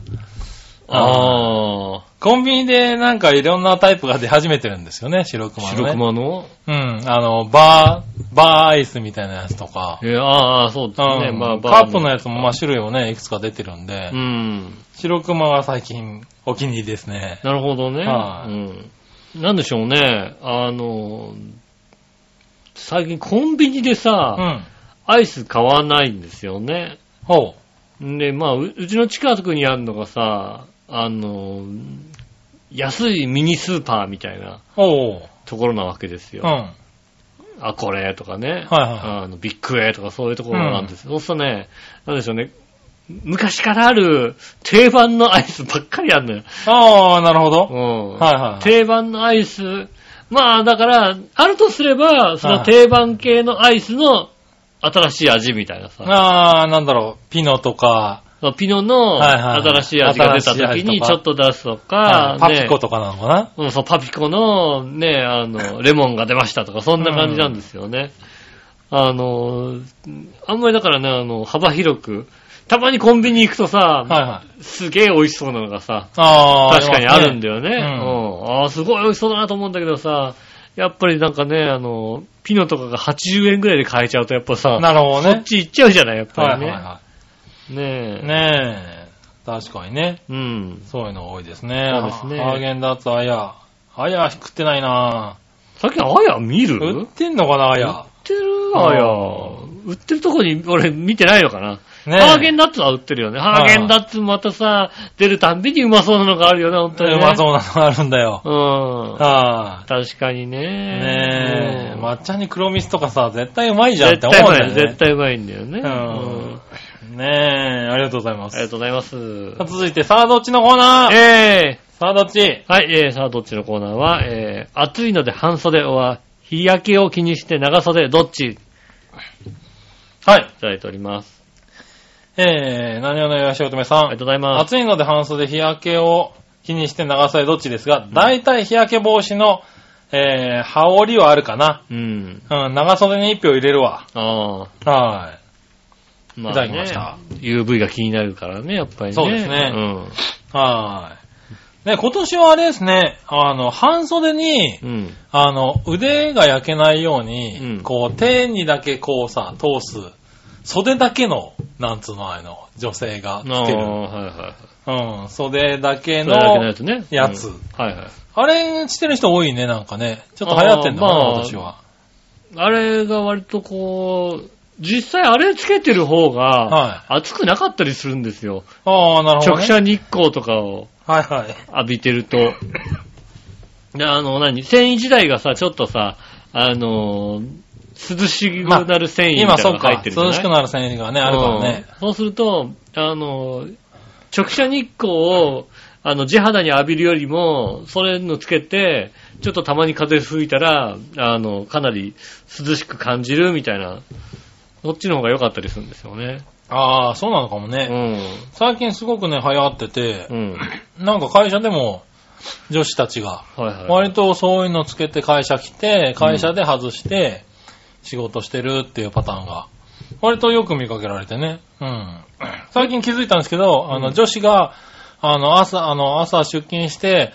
B: ああ、
C: コンビニでなんかいろんなタイプが出始めてるんですよね、白熊の、ね。
B: 白。熊の
C: うん、あの、バー、バーアイスみたいなやつとか。
B: えーああ、そうですね。
C: うん、
B: まあ、
C: カップのや
B: つ。
C: つもまあ種類もね、いくつか出てるんで、
B: うん。
C: 白熊が最近お気に入りですね。
B: なるほどね。
C: はい
B: うん。なんでしょうね。あの、最近コンビニでさ、
C: うん。
B: アイス買わないんですよね。
C: ほ
B: で、まあ、ううちの近くにあるのがさ、あの、安いミニスーパーみたいな
C: う。ほう。
B: ところなわけです
C: う
B: よ
C: ん。。は
B: あ、これとかね。
C: いは
B: あの、ビッグエーとかそういうところなんです。そうするとね、なんでしょうね。昔からある定番のアイスばっかりあるのよ
C: い。。ああ、なるほ
B: う
C: ど。
B: ん。
C: はいはいはい。
B: 定番のアイス。まあ、だから、あるとすれば、その定番系のアイスの新しい味みたいなさ。
C: ああ、なんだろう、ピノとか、
B: ピノの
C: はいはい
B: 新しい味が出た
C: 新しい
B: 時
C: 味
B: に
C: とか
B: ちょっと出すと
C: は
B: か
C: い、パ
B: ね
C: ピコとかなのかな。
B: うん、そう、パピコの、ね、あの、レモンが出ましたとか、そんな感じなんですよね。あの、あんまりだからね、あの、幅広く、たまにコンビニ行くとさ、
C: はいはい。
B: すげえ美味しそうなのがさ、
C: ああ、
B: 確かにあるんだ
C: よ。
B: よね。
C: うん
B: うんああ、すごい美味しそうだなと思うんだけどさ、やっぱりなんかね、あの、ピノとかが80円ぐらいで買えちゃうとやっぱさ、
C: なるほど
B: そっ
C: ね。
B: ち行っちゃうじゃない、やっ
C: は
B: ぱり
C: い
B: ね。
C: はい
B: ね
C: はい。
B: え。
C: ねえ。確かにね。
B: うん。
C: そういうの多いですね。
B: そうですね
C: ハーゲンダッツ、あや。あや食ってないな
B: さっきあや見る
C: 売ってんのかな、あや
B: 売っ。てるあや
C: あ。
B: 売ってるとこに俺見てないのかな。
C: ねえ
B: ハーゲンダッツは売ってるよね。ハーゲンダッツまたさ、出るたんびにうまそうなのがあるよね、本当に、ね。
C: うまそうなのあるんだよ。
B: う。ん。
C: は
B: 確かにね。
C: い。ねえ。
B: うん
C: 抹茶に黒蜜とかさ、絶対うまいじゃんっ
B: 絶
C: て
B: 対
C: 思う
B: うんま
C: だよ
B: い、
C: ね。
B: 絶対うまいんだよね。
C: うん
B: うん
C: ねえ、ありがとうございま
B: ありが
C: す。
B: とうございます。
C: 続いて、さあどっちのコーナー
B: え
C: さあどっち
B: えはい、えー、さあ、どっちのコーナーは、えー、暑いので半袖は、日焼けを気にして長袖どっち
C: はい。
B: いただいております。
C: えー、何をのよしおとめさ
B: ありが
C: ん。
B: とうございます。
C: 暑いので半袖日焼けを気にして長袖どっちですが、大体日焼け防止の、えー、羽織はあるかな。
B: うん。
C: うん、長袖に一票入れるわ。
B: ああ、
C: は
B: ま
C: いただきました。
B: UV が気になるからね、やっぱりね。
C: そうですねい。はい。ね、今年はあれですね、あの、半袖に、
B: うん。うん。
C: あの、腕が焼けないように、
B: うん
C: こう、手にだけこうさ、通す、袖だけの、なんつうのあの、女性が
B: あ
C: つけ
B: あ、はい
C: る。
B: はい。
C: うん、袖だけ
B: それだけの
C: の
B: や、つね。
C: やつ
B: うんはいはい。
C: あれしてる人多いね、なんかね。ちょっと流行ってんだ
B: あーま
C: な、
B: あ
C: 私は。
B: あれが割とこう、実際あれつけてる方
C: は
B: が、暑くなかったりするんですよ。
C: ああ、なるほど、
B: 直
C: ね。
B: 射日光とかを。
C: はいはい。
B: 浴びてると、であの、何繊維自体がさ、ちょっとさ、あのー涼しくなる繊維みたい
C: 今、
B: な
C: そ
B: の
C: う
B: が入
C: か
B: っ。てるじゃない
C: 涼しくなる選手がね、あるからね。
B: うんそうすると、あのー直射日光を、あの、地肌に浴びるよりも、それのつけて、ちょっとたまに風吹いたら、あの、かなり涼しく感じるみたいな、そっちの方が良かったりするんですよね。
C: ああ、そうなのかも
B: う
C: ね。
B: ん。
C: 最近すごくね、流行ってて
B: う、ん。
C: なんか会社でも、女子たちが、
B: はいはい。
C: 割とそういうのつけて会社来て、会社で外して、仕事してるっていうパターンが、割とよく見かけられてね。うん。最近気づいたんですけど、あの、女子が、あの、朝、あの、朝出勤して、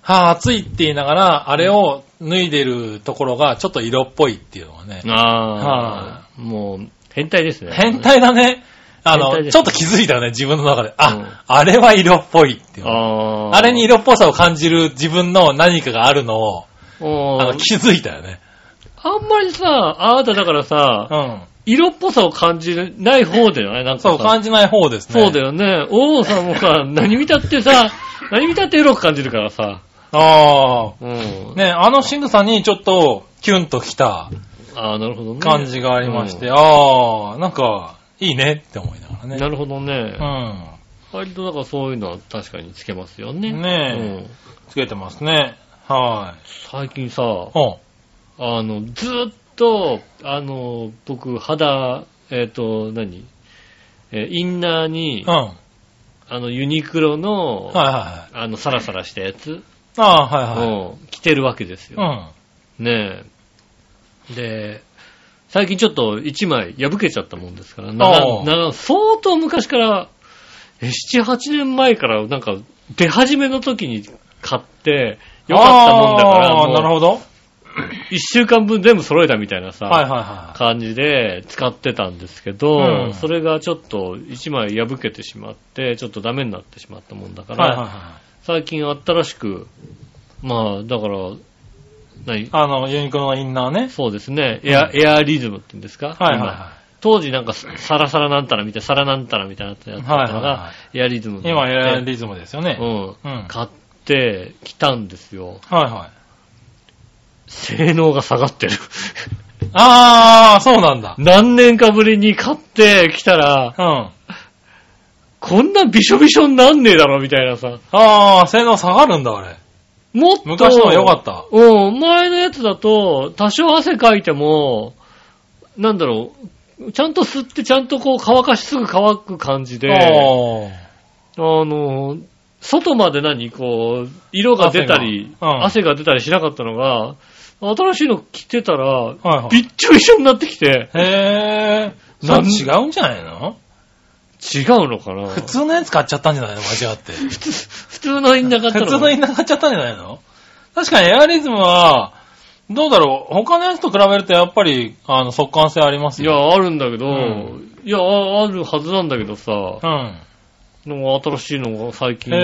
C: はぁ、暑いって言いながら、あれを脱いでるところが、ちょっと色っぽいっていうのがね。
B: ああ、もう、変態ですね。
C: 変態だね。あ
B: 変態
C: の、
B: です
C: ちょっと気づいたよね、自分の中で。あ、
B: うん
C: あれは色っぽいっていう。あ
B: あー
C: れに、色っぽさを感じる自分の何かがあるのを、
B: おー
C: あの、気づいたよね。
B: あんまりさ、あなただからさ、
C: うん。
B: 色っぽさを感じない方だよね、なんかさ。
C: そう、感じない方ですね。
B: そうだよね。王さんも さ、何見たってさ、何見たって色く感じるからさ。
C: あ
B: うん。
C: あ。ね、あの仕草にちょっと、キュンときた
B: ああ、なるほどね。
C: 感じがありまして、
B: う
C: ああ、なんか、いいねって思いながらね。
B: なるほどね。
C: うん。
B: 割とだからそういうのは確かにつけますよね。
C: ねえ
B: うん
C: つけてますね。は
B: 最近さ、
C: い。おう
B: あの、ずーっと、あの、僕、肌、えっ、と、何えーインナーに
C: うん。、は
B: あの、ユニクロの、
C: いはいはい。
B: あの、サラサラしたやつ
C: ああ、はいはい。
B: を着てるわけです
C: う
B: よ。
C: ん。
B: ねえ。で、最近ちょっと一枚破けちゃったもんですから、
C: あ
B: な
C: あ
B: な相当昔から、え7、8年前からなんか出始めの時に買って、よかったもんだから、
C: ああ、な
B: も
C: る
B: う
C: ほど。
B: 一週間分全部揃えたみたいなさ、
C: はいはいはい。
B: 感じで使ってたんですけど、
C: うん
B: それがちょっと一枚破けてしまって、ちょっとダメになってしまったもんだから、
C: はいはいはい。
B: 最近新しく、まあ、だから、何
C: あの、ユニクロのインナーね。
B: そうですね、エア、エアリズムって言うんですか
C: はいはい
B: 今
C: は
B: 当時なんかササラサラなんたらみたいな、サラなんたらみたいなやつだったのが、
C: はいはいは
B: エアリズムに
C: い。
B: なっ
C: 今、
B: て
C: エアリズムですよね。
B: う
C: うん
B: ん。買ってきたんですよ。
C: はいはい。
B: 性能が下がってる。
C: ああ、そうなんだ。
B: 何年かぶりに買ってきたら、
C: うん。あ
B: こんなびしょびしょになんねえだろみたいなさ。
C: あ、性能下がるんだ、あれ。
B: もっと、
C: 昔の方が良かった。
B: うん、前のやつだと、多少汗かいても、なんだろう、ちゃんと吸って、ちゃんとこう乾かし、すぐ乾く感じで、あ
C: おー
B: の、外まで何、こう、色が出たり、
C: 汗がうん
B: 汗が出たりしなかったのが、新しいの着てたら、
C: はいはい
B: びっちょびちょになってきて、
C: へえ。
B: なん
C: それ違うんじゃないの
B: 違うのか な
C: 普通のやつ買っちゃったんじゃないの間違って。
B: 普通のインナー買った
C: 普
B: の
C: 通のインナー買っちゃったんじゃないの確かにエアリズムは、どうだろう他のやつと比べるとやっぱり、あの、速乾性あります
B: いや、
C: よ。
B: あるんだけど、
C: ん
B: いや、ああるはずなんだけどさ、
C: うん。
B: でも新しいのが最近
C: へ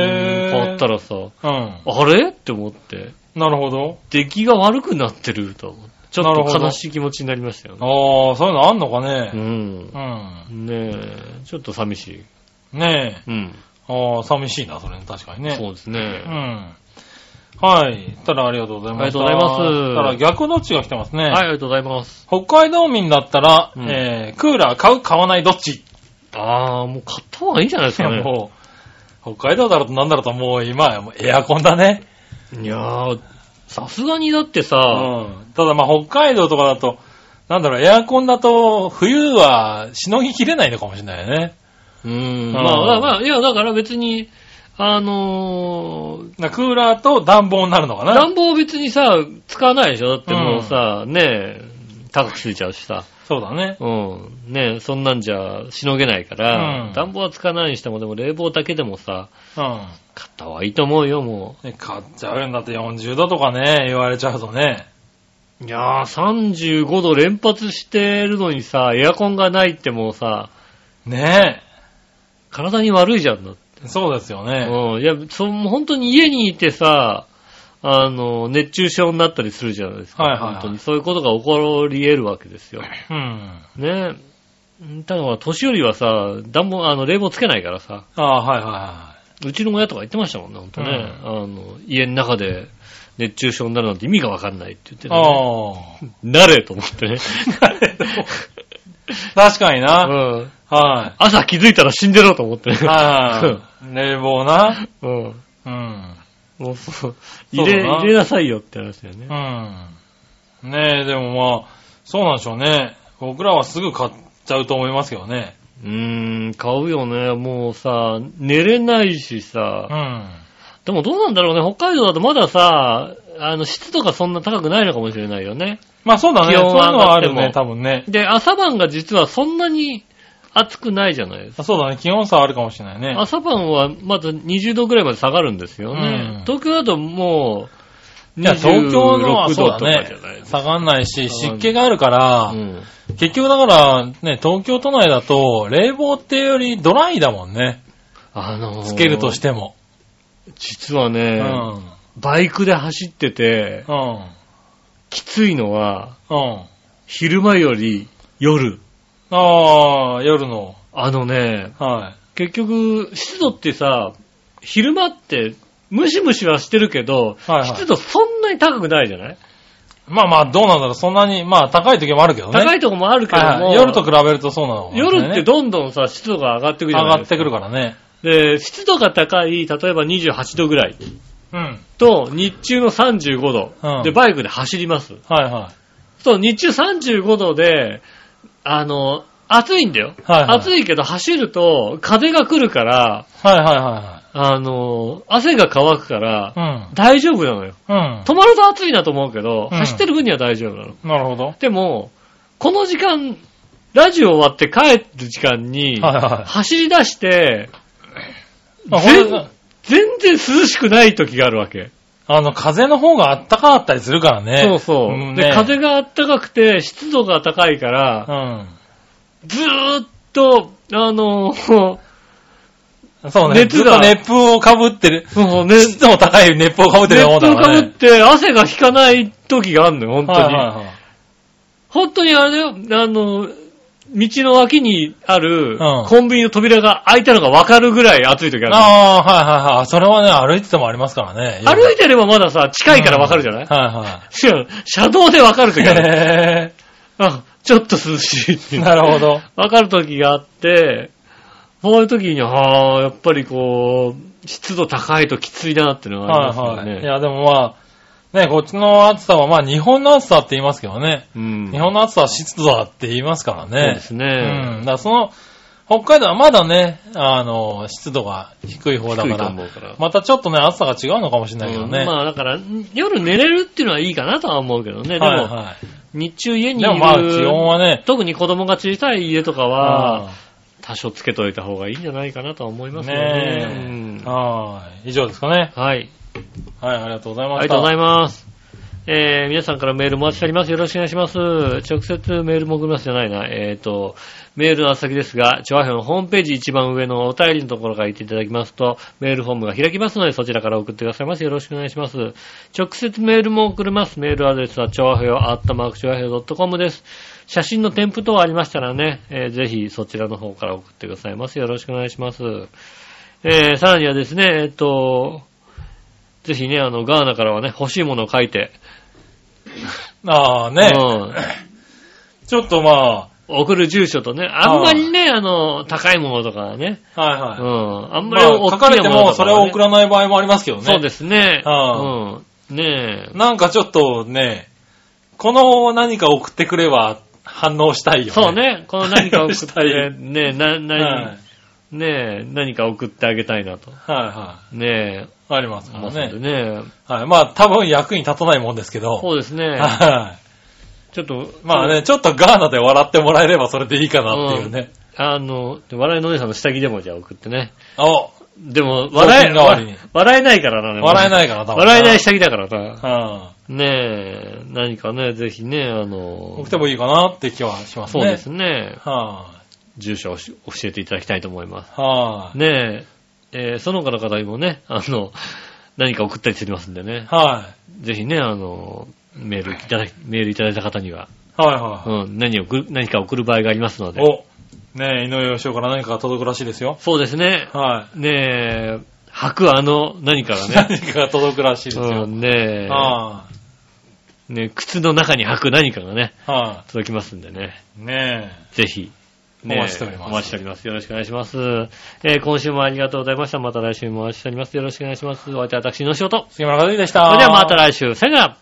C: ー
B: 変わったらさ、
C: うん。
B: あれって思って、
C: なるほど。
B: 出来が悪くなってると思って、ちょ
C: なる
B: っ
C: ほ
B: と
C: ど
B: 悲しい気持ちになりましたよね。
C: ああ、そういうのあんのか
B: う
C: ね。
B: ん
C: う。ん。
B: ねえ、ちょっと寂しい。
C: ねえ。
B: うん。
C: ああ、寂しいな、それね。確かにね。
B: そうですね。
C: うん。はい。たらありがとうございました。
B: ありがとうございます
C: たら逆どっちが来てますね。
B: はい、ありがとうございます。
C: 北海道民だったら、
B: うん
C: えー、クーラー買う買わないどっち、
B: ああ、もう買った方がいいんじゃないですかね。
C: もう、北海道だろうとなんだろうともう今はもうエアコンだね。
B: いやー、さすがにだってさ、
C: うん。ただまあ北海道とかだと、なんだろう、エアコンだと冬はしのぎきれないのかもしれないね。
B: うん。ま
C: あー
B: あ、まあ、まあ、いや、だから別に、あのー
C: だからクーラーと暖房になるのかな。
B: 暖房別にさ、使わないでしょだってもうさ、ねえ、高くついちゃうしさ。
C: そうだね。
B: うん。ねえ、そんなんじゃしのげないから、
C: うん
B: 暖房は使わないにしても、でも冷房だけでもさ、
C: うん。
B: 買った方がいいと思うよ、も
C: ね買っちゃうんだって40度とかね、言われちゃうとね。
B: う。いやー、35度連発してるのにさ、エアコンがないってもうさ、
C: ね
B: 体に悪いじゃんだって。
C: え。そうですよね。
B: うん。いや、その本当に家にいてさ、あの、熱中症になったりするじゃないですか。
C: はいはいはい
B: 本当にそういうことが起こり得るわけです よ。
C: うん。
B: ねえ。ただまあ、年寄りはさ、暖房、あの、冷房つけないからさ、
C: ああ、はいはいは
B: うちの親とか言ってましたもんね、ほんとね。あの、家の中で熱中症になるなんて意味がわかんないって言って
C: い。
B: ね、
C: あ
B: なれと思ってね。
C: あ。確かに
B: う
C: な。
B: ん。
C: は
B: 朝気づいたら死んでろと思ってね
C: い。。はい。冷房な。
B: うん。
C: うん。
B: もうそう、
C: そうだな
B: 入れ、入れなさいよって話だよね。
C: うん。ねえ、でもまあ、そうなんでしょうね。僕らはすぐ買っちゃうと思いますけどね。
B: うーん、買うよね。もうさ、寝れないしさ
C: う。ん。
B: でもどうなんだろうね。北海道だとまださ、あの、湿度がそんな高くないのかもしれないよね。
C: まあそうだね。
B: 気
C: そういう
B: 温は上
C: のは
B: がっ
C: あ
B: て
C: る
B: も
C: ね、多分ね。
B: で、朝晩が実はそんなに暑くないじゃないですか。
C: あそうだね。気温差あるかもしれないね。
B: 朝晩はまだ20度ぐらいまで下がるんですよね。
C: うん
B: 東京だともう、
C: いや、東京のは
B: 26
C: そう
B: 度と
C: だ
B: か
C: ね
B: じゃない。ですか。
C: 下がんない
B: 下が
C: し、
B: んない
C: 湿気があるから、
B: うん
C: 結局だから、ね、東京都内だと、冷房っていうよりドライだもんね。
B: あのー
C: つけるとしても。
B: 実は
C: う
B: ね、
C: ん。
B: バイクで走ってて、
C: うん。
B: きついのは、
C: うん。
B: 昼間より夜。
C: ああ、夜の。
B: あのね、
C: はい。
B: 結局、湿度ってさ、昼間って、ムシムシはしてるけど、
C: はいはい
B: 湿度そんなに高くないじゃない
C: まあまあ、どうなんだろう。そんなに、まあ、高い時もあるけどね。
B: 高いとこもあるけども、
C: はいはい夜と比べるとそうなのかもしれな
B: 夜
C: い
B: っ
C: ね、
B: てどんどんさ、湿度が上がってくるじゃ
C: 上
B: ない
C: が
B: で
C: っ
B: すか。
C: てくるからね。
B: で、湿度が高い、例えば28度ぐらい
C: うん。
B: と、日中の35度、
C: うん
B: で、バイクで走ります。
C: はいは
B: そう、日中35度で、あの、暑いんだよ。
C: はいはい
B: 暑いけど走ると風が来るから、
C: い。はいはいは
B: あの、汗が乾くから
C: い、は
B: 大丈夫なのよ。
C: い。うん。うん。
B: 止まると暑いなと思うけど、
C: うん
B: 走ってる分には大丈夫なの。
C: なるほど。はい
B: でも、この時間、ラジオ終わって帰る時間に、
C: は
B: 走り出して、
C: い。まあ、ほ
B: 全
C: んと
B: 全然涼しくない時があるわけ。
C: あの、風の方があったかかったりするからね。
B: そうそう。
C: ん
B: で、
C: ね、
B: 風が暖かくて、湿度が高いから、ずーっと、あの、そう
C: うん。そうね。
B: 熱
C: 熱
B: が
C: が。熱風をかぶってる。
B: そうね、
C: 熱
B: 熱
C: 度も高い熱風をかぶってるようなもんだ
B: 風
C: か
B: からぶっ
C: ね。
B: て汗が引かない時があるのよ、本当に。
C: はいはいはい。
B: 本当にあれだよ、あの、道の脇にある
C: うん
B: コンビニの扉が開いたのが分かるぐらい暑い時ある。
C: ああ、はいはいはい。それはね、歩いててもありますからね。
B: 歩い
C: て
B: てればまださ、近いから分かるじゃない、
C: は
B: 違う車道で分かる
C: い
B: 時 ある。
C: はい。へ
B: あ、ちょっと涼しいって
C: え。
B: いう。
C: なるほど。
B: 分かる時があって、そういう時に、はあ、やっぱりこう、湿度高いときついなっていうのがありますよ
C: はい
B: ね。
C: はい。いや、でもまあ、ね、こっちの暑さは、まあ、日本の暑さって言いますけどね。
B: うん。
C: 日本の暑さは湿度だって言いますから
B: そう
C: ね
B: で。す
C: うん。
B: ね。
C: だからその、北海道はまだね、あの、湿度が低い方だ
B: 低
C: か
B: いと
C: ら、
B: 思うから。
C: またちょっとね、暑さが違うのかもしれないけどね。
B: うんまあだから、夜寝れるっていうのはいいかなとは思うけどね。でも、
C: はいは
B: 日中家
C: い。
B: にい
C: で
B: る
C: もまあ、気温はね、
B: 特に子供が小さい家とか
C: うん
B: は、多少つけといた方がいいんじゃないかなとは思いますよ
C: ね
B: ね。
C: え
B: うん
C: はーい。以上ですかね。
B: はい。
C: はい、ありがとうございました。
B: ありがとうございます。えー、皆さんからメールもお待ちしております。よろしくお願いします。直接メールも送りますじゃないな。えーと、メールの宛先ですが、調和表のホームページ一番上のお便りのところから行っていただきますと、メールフォームが開きますので、そちらから送ってくださいます。よろしくお願いします。直接メールも送れます。メールアドレスは、調和表、アットマーク調和表 .com です。写真の添付等ありましたらね、えーぜひそちらの方から送ってくださいます。よろしくお願いします。えー、さらにはですね、えっ、と、ぜひね、あの、ガーナからはね、欲しいものを書いて、
C: ああ、ね。
B: うん
C: ちょっとま
B: 送る住所とね、あんまりね、あの、高いものとかね、
C: あ、はいうはい。
B: ん、あんま
C: ま
B: り
C: あ、
B: 大
C: 書かれ
B: き
C: て
B: なもの
C: も
B: とか
C: そ
B: はね
C: れを送らない場合もありますけどね。
B: そうですね。
C: あ
B: うん。ね
C: なんかちょっとね、この何か送ってくれば反応した
B: え。
C: いよね。
B: そう。ね、この何か送っ
C: したい
B: て、ねえ、な、
C: はい
B: な、。ねえ、何か送ってあげたいなと。
C: はいは
B: ねえ、
C: い。ありますか
B: 思
C: ら
B: うので
C: ね。
B: ね。
C: はい。まあ、多分役に立たないもんですけど。
B: そうですね。
C: は
B: ちょっと、
C: い。まあね、ちょっとガーナで笑ってもらえればそれでいいかなっていうね。
B: あの、笑いのお姉さんの下着でもじゃあ送ってね。
C: お、
B: でも、笑
C: 雑巾代わりに
B: え、笑えないからな、でも
C: 笑えないかな、多分。
B: 笑えない下着だからな。
C: うん。
B: ねえ、何かね、ぜひね、あの、
C: 送ってもいいかなって気はしますね。
B: そうですね、
C: は
B: 住所をし教えていただきたいと思いま
C: い。は
B: す。
C: い。
B: ねえ、えーその他の方にもね、あの、何か送ったりしてますんでね、
C: はい。
B: ぜひね、あの、メールいただき、メールいただいた方には、
C: はいは
B: うん、何を送る、何か送る場合がありますの
C: い。
B: で。
C: お、ね井上義雄から何かが届くらしいですよ。
B: そうですね。
C: は
B: ねえ、吐くあの、何か
C: い。
B: が ね。
C: 何かが届くらしいです
B: う
C: よ。
B: ん、ね
C: は
B: え、ねえ靴の中に履く何かがね、
C: い。は
B: 届きますんでね。
C: い。ねえ。
B: ぜひ。ね
C: お待ちしております
B: お待ちしております。よろしくお願いします。えー今週もありがとうございました。また来週もお待ちしております。よろしくお願いします。お相手は私、の仕事。
C: 杉村和之でし
B: そ
C: た。
B: れではまた来週。さよなら。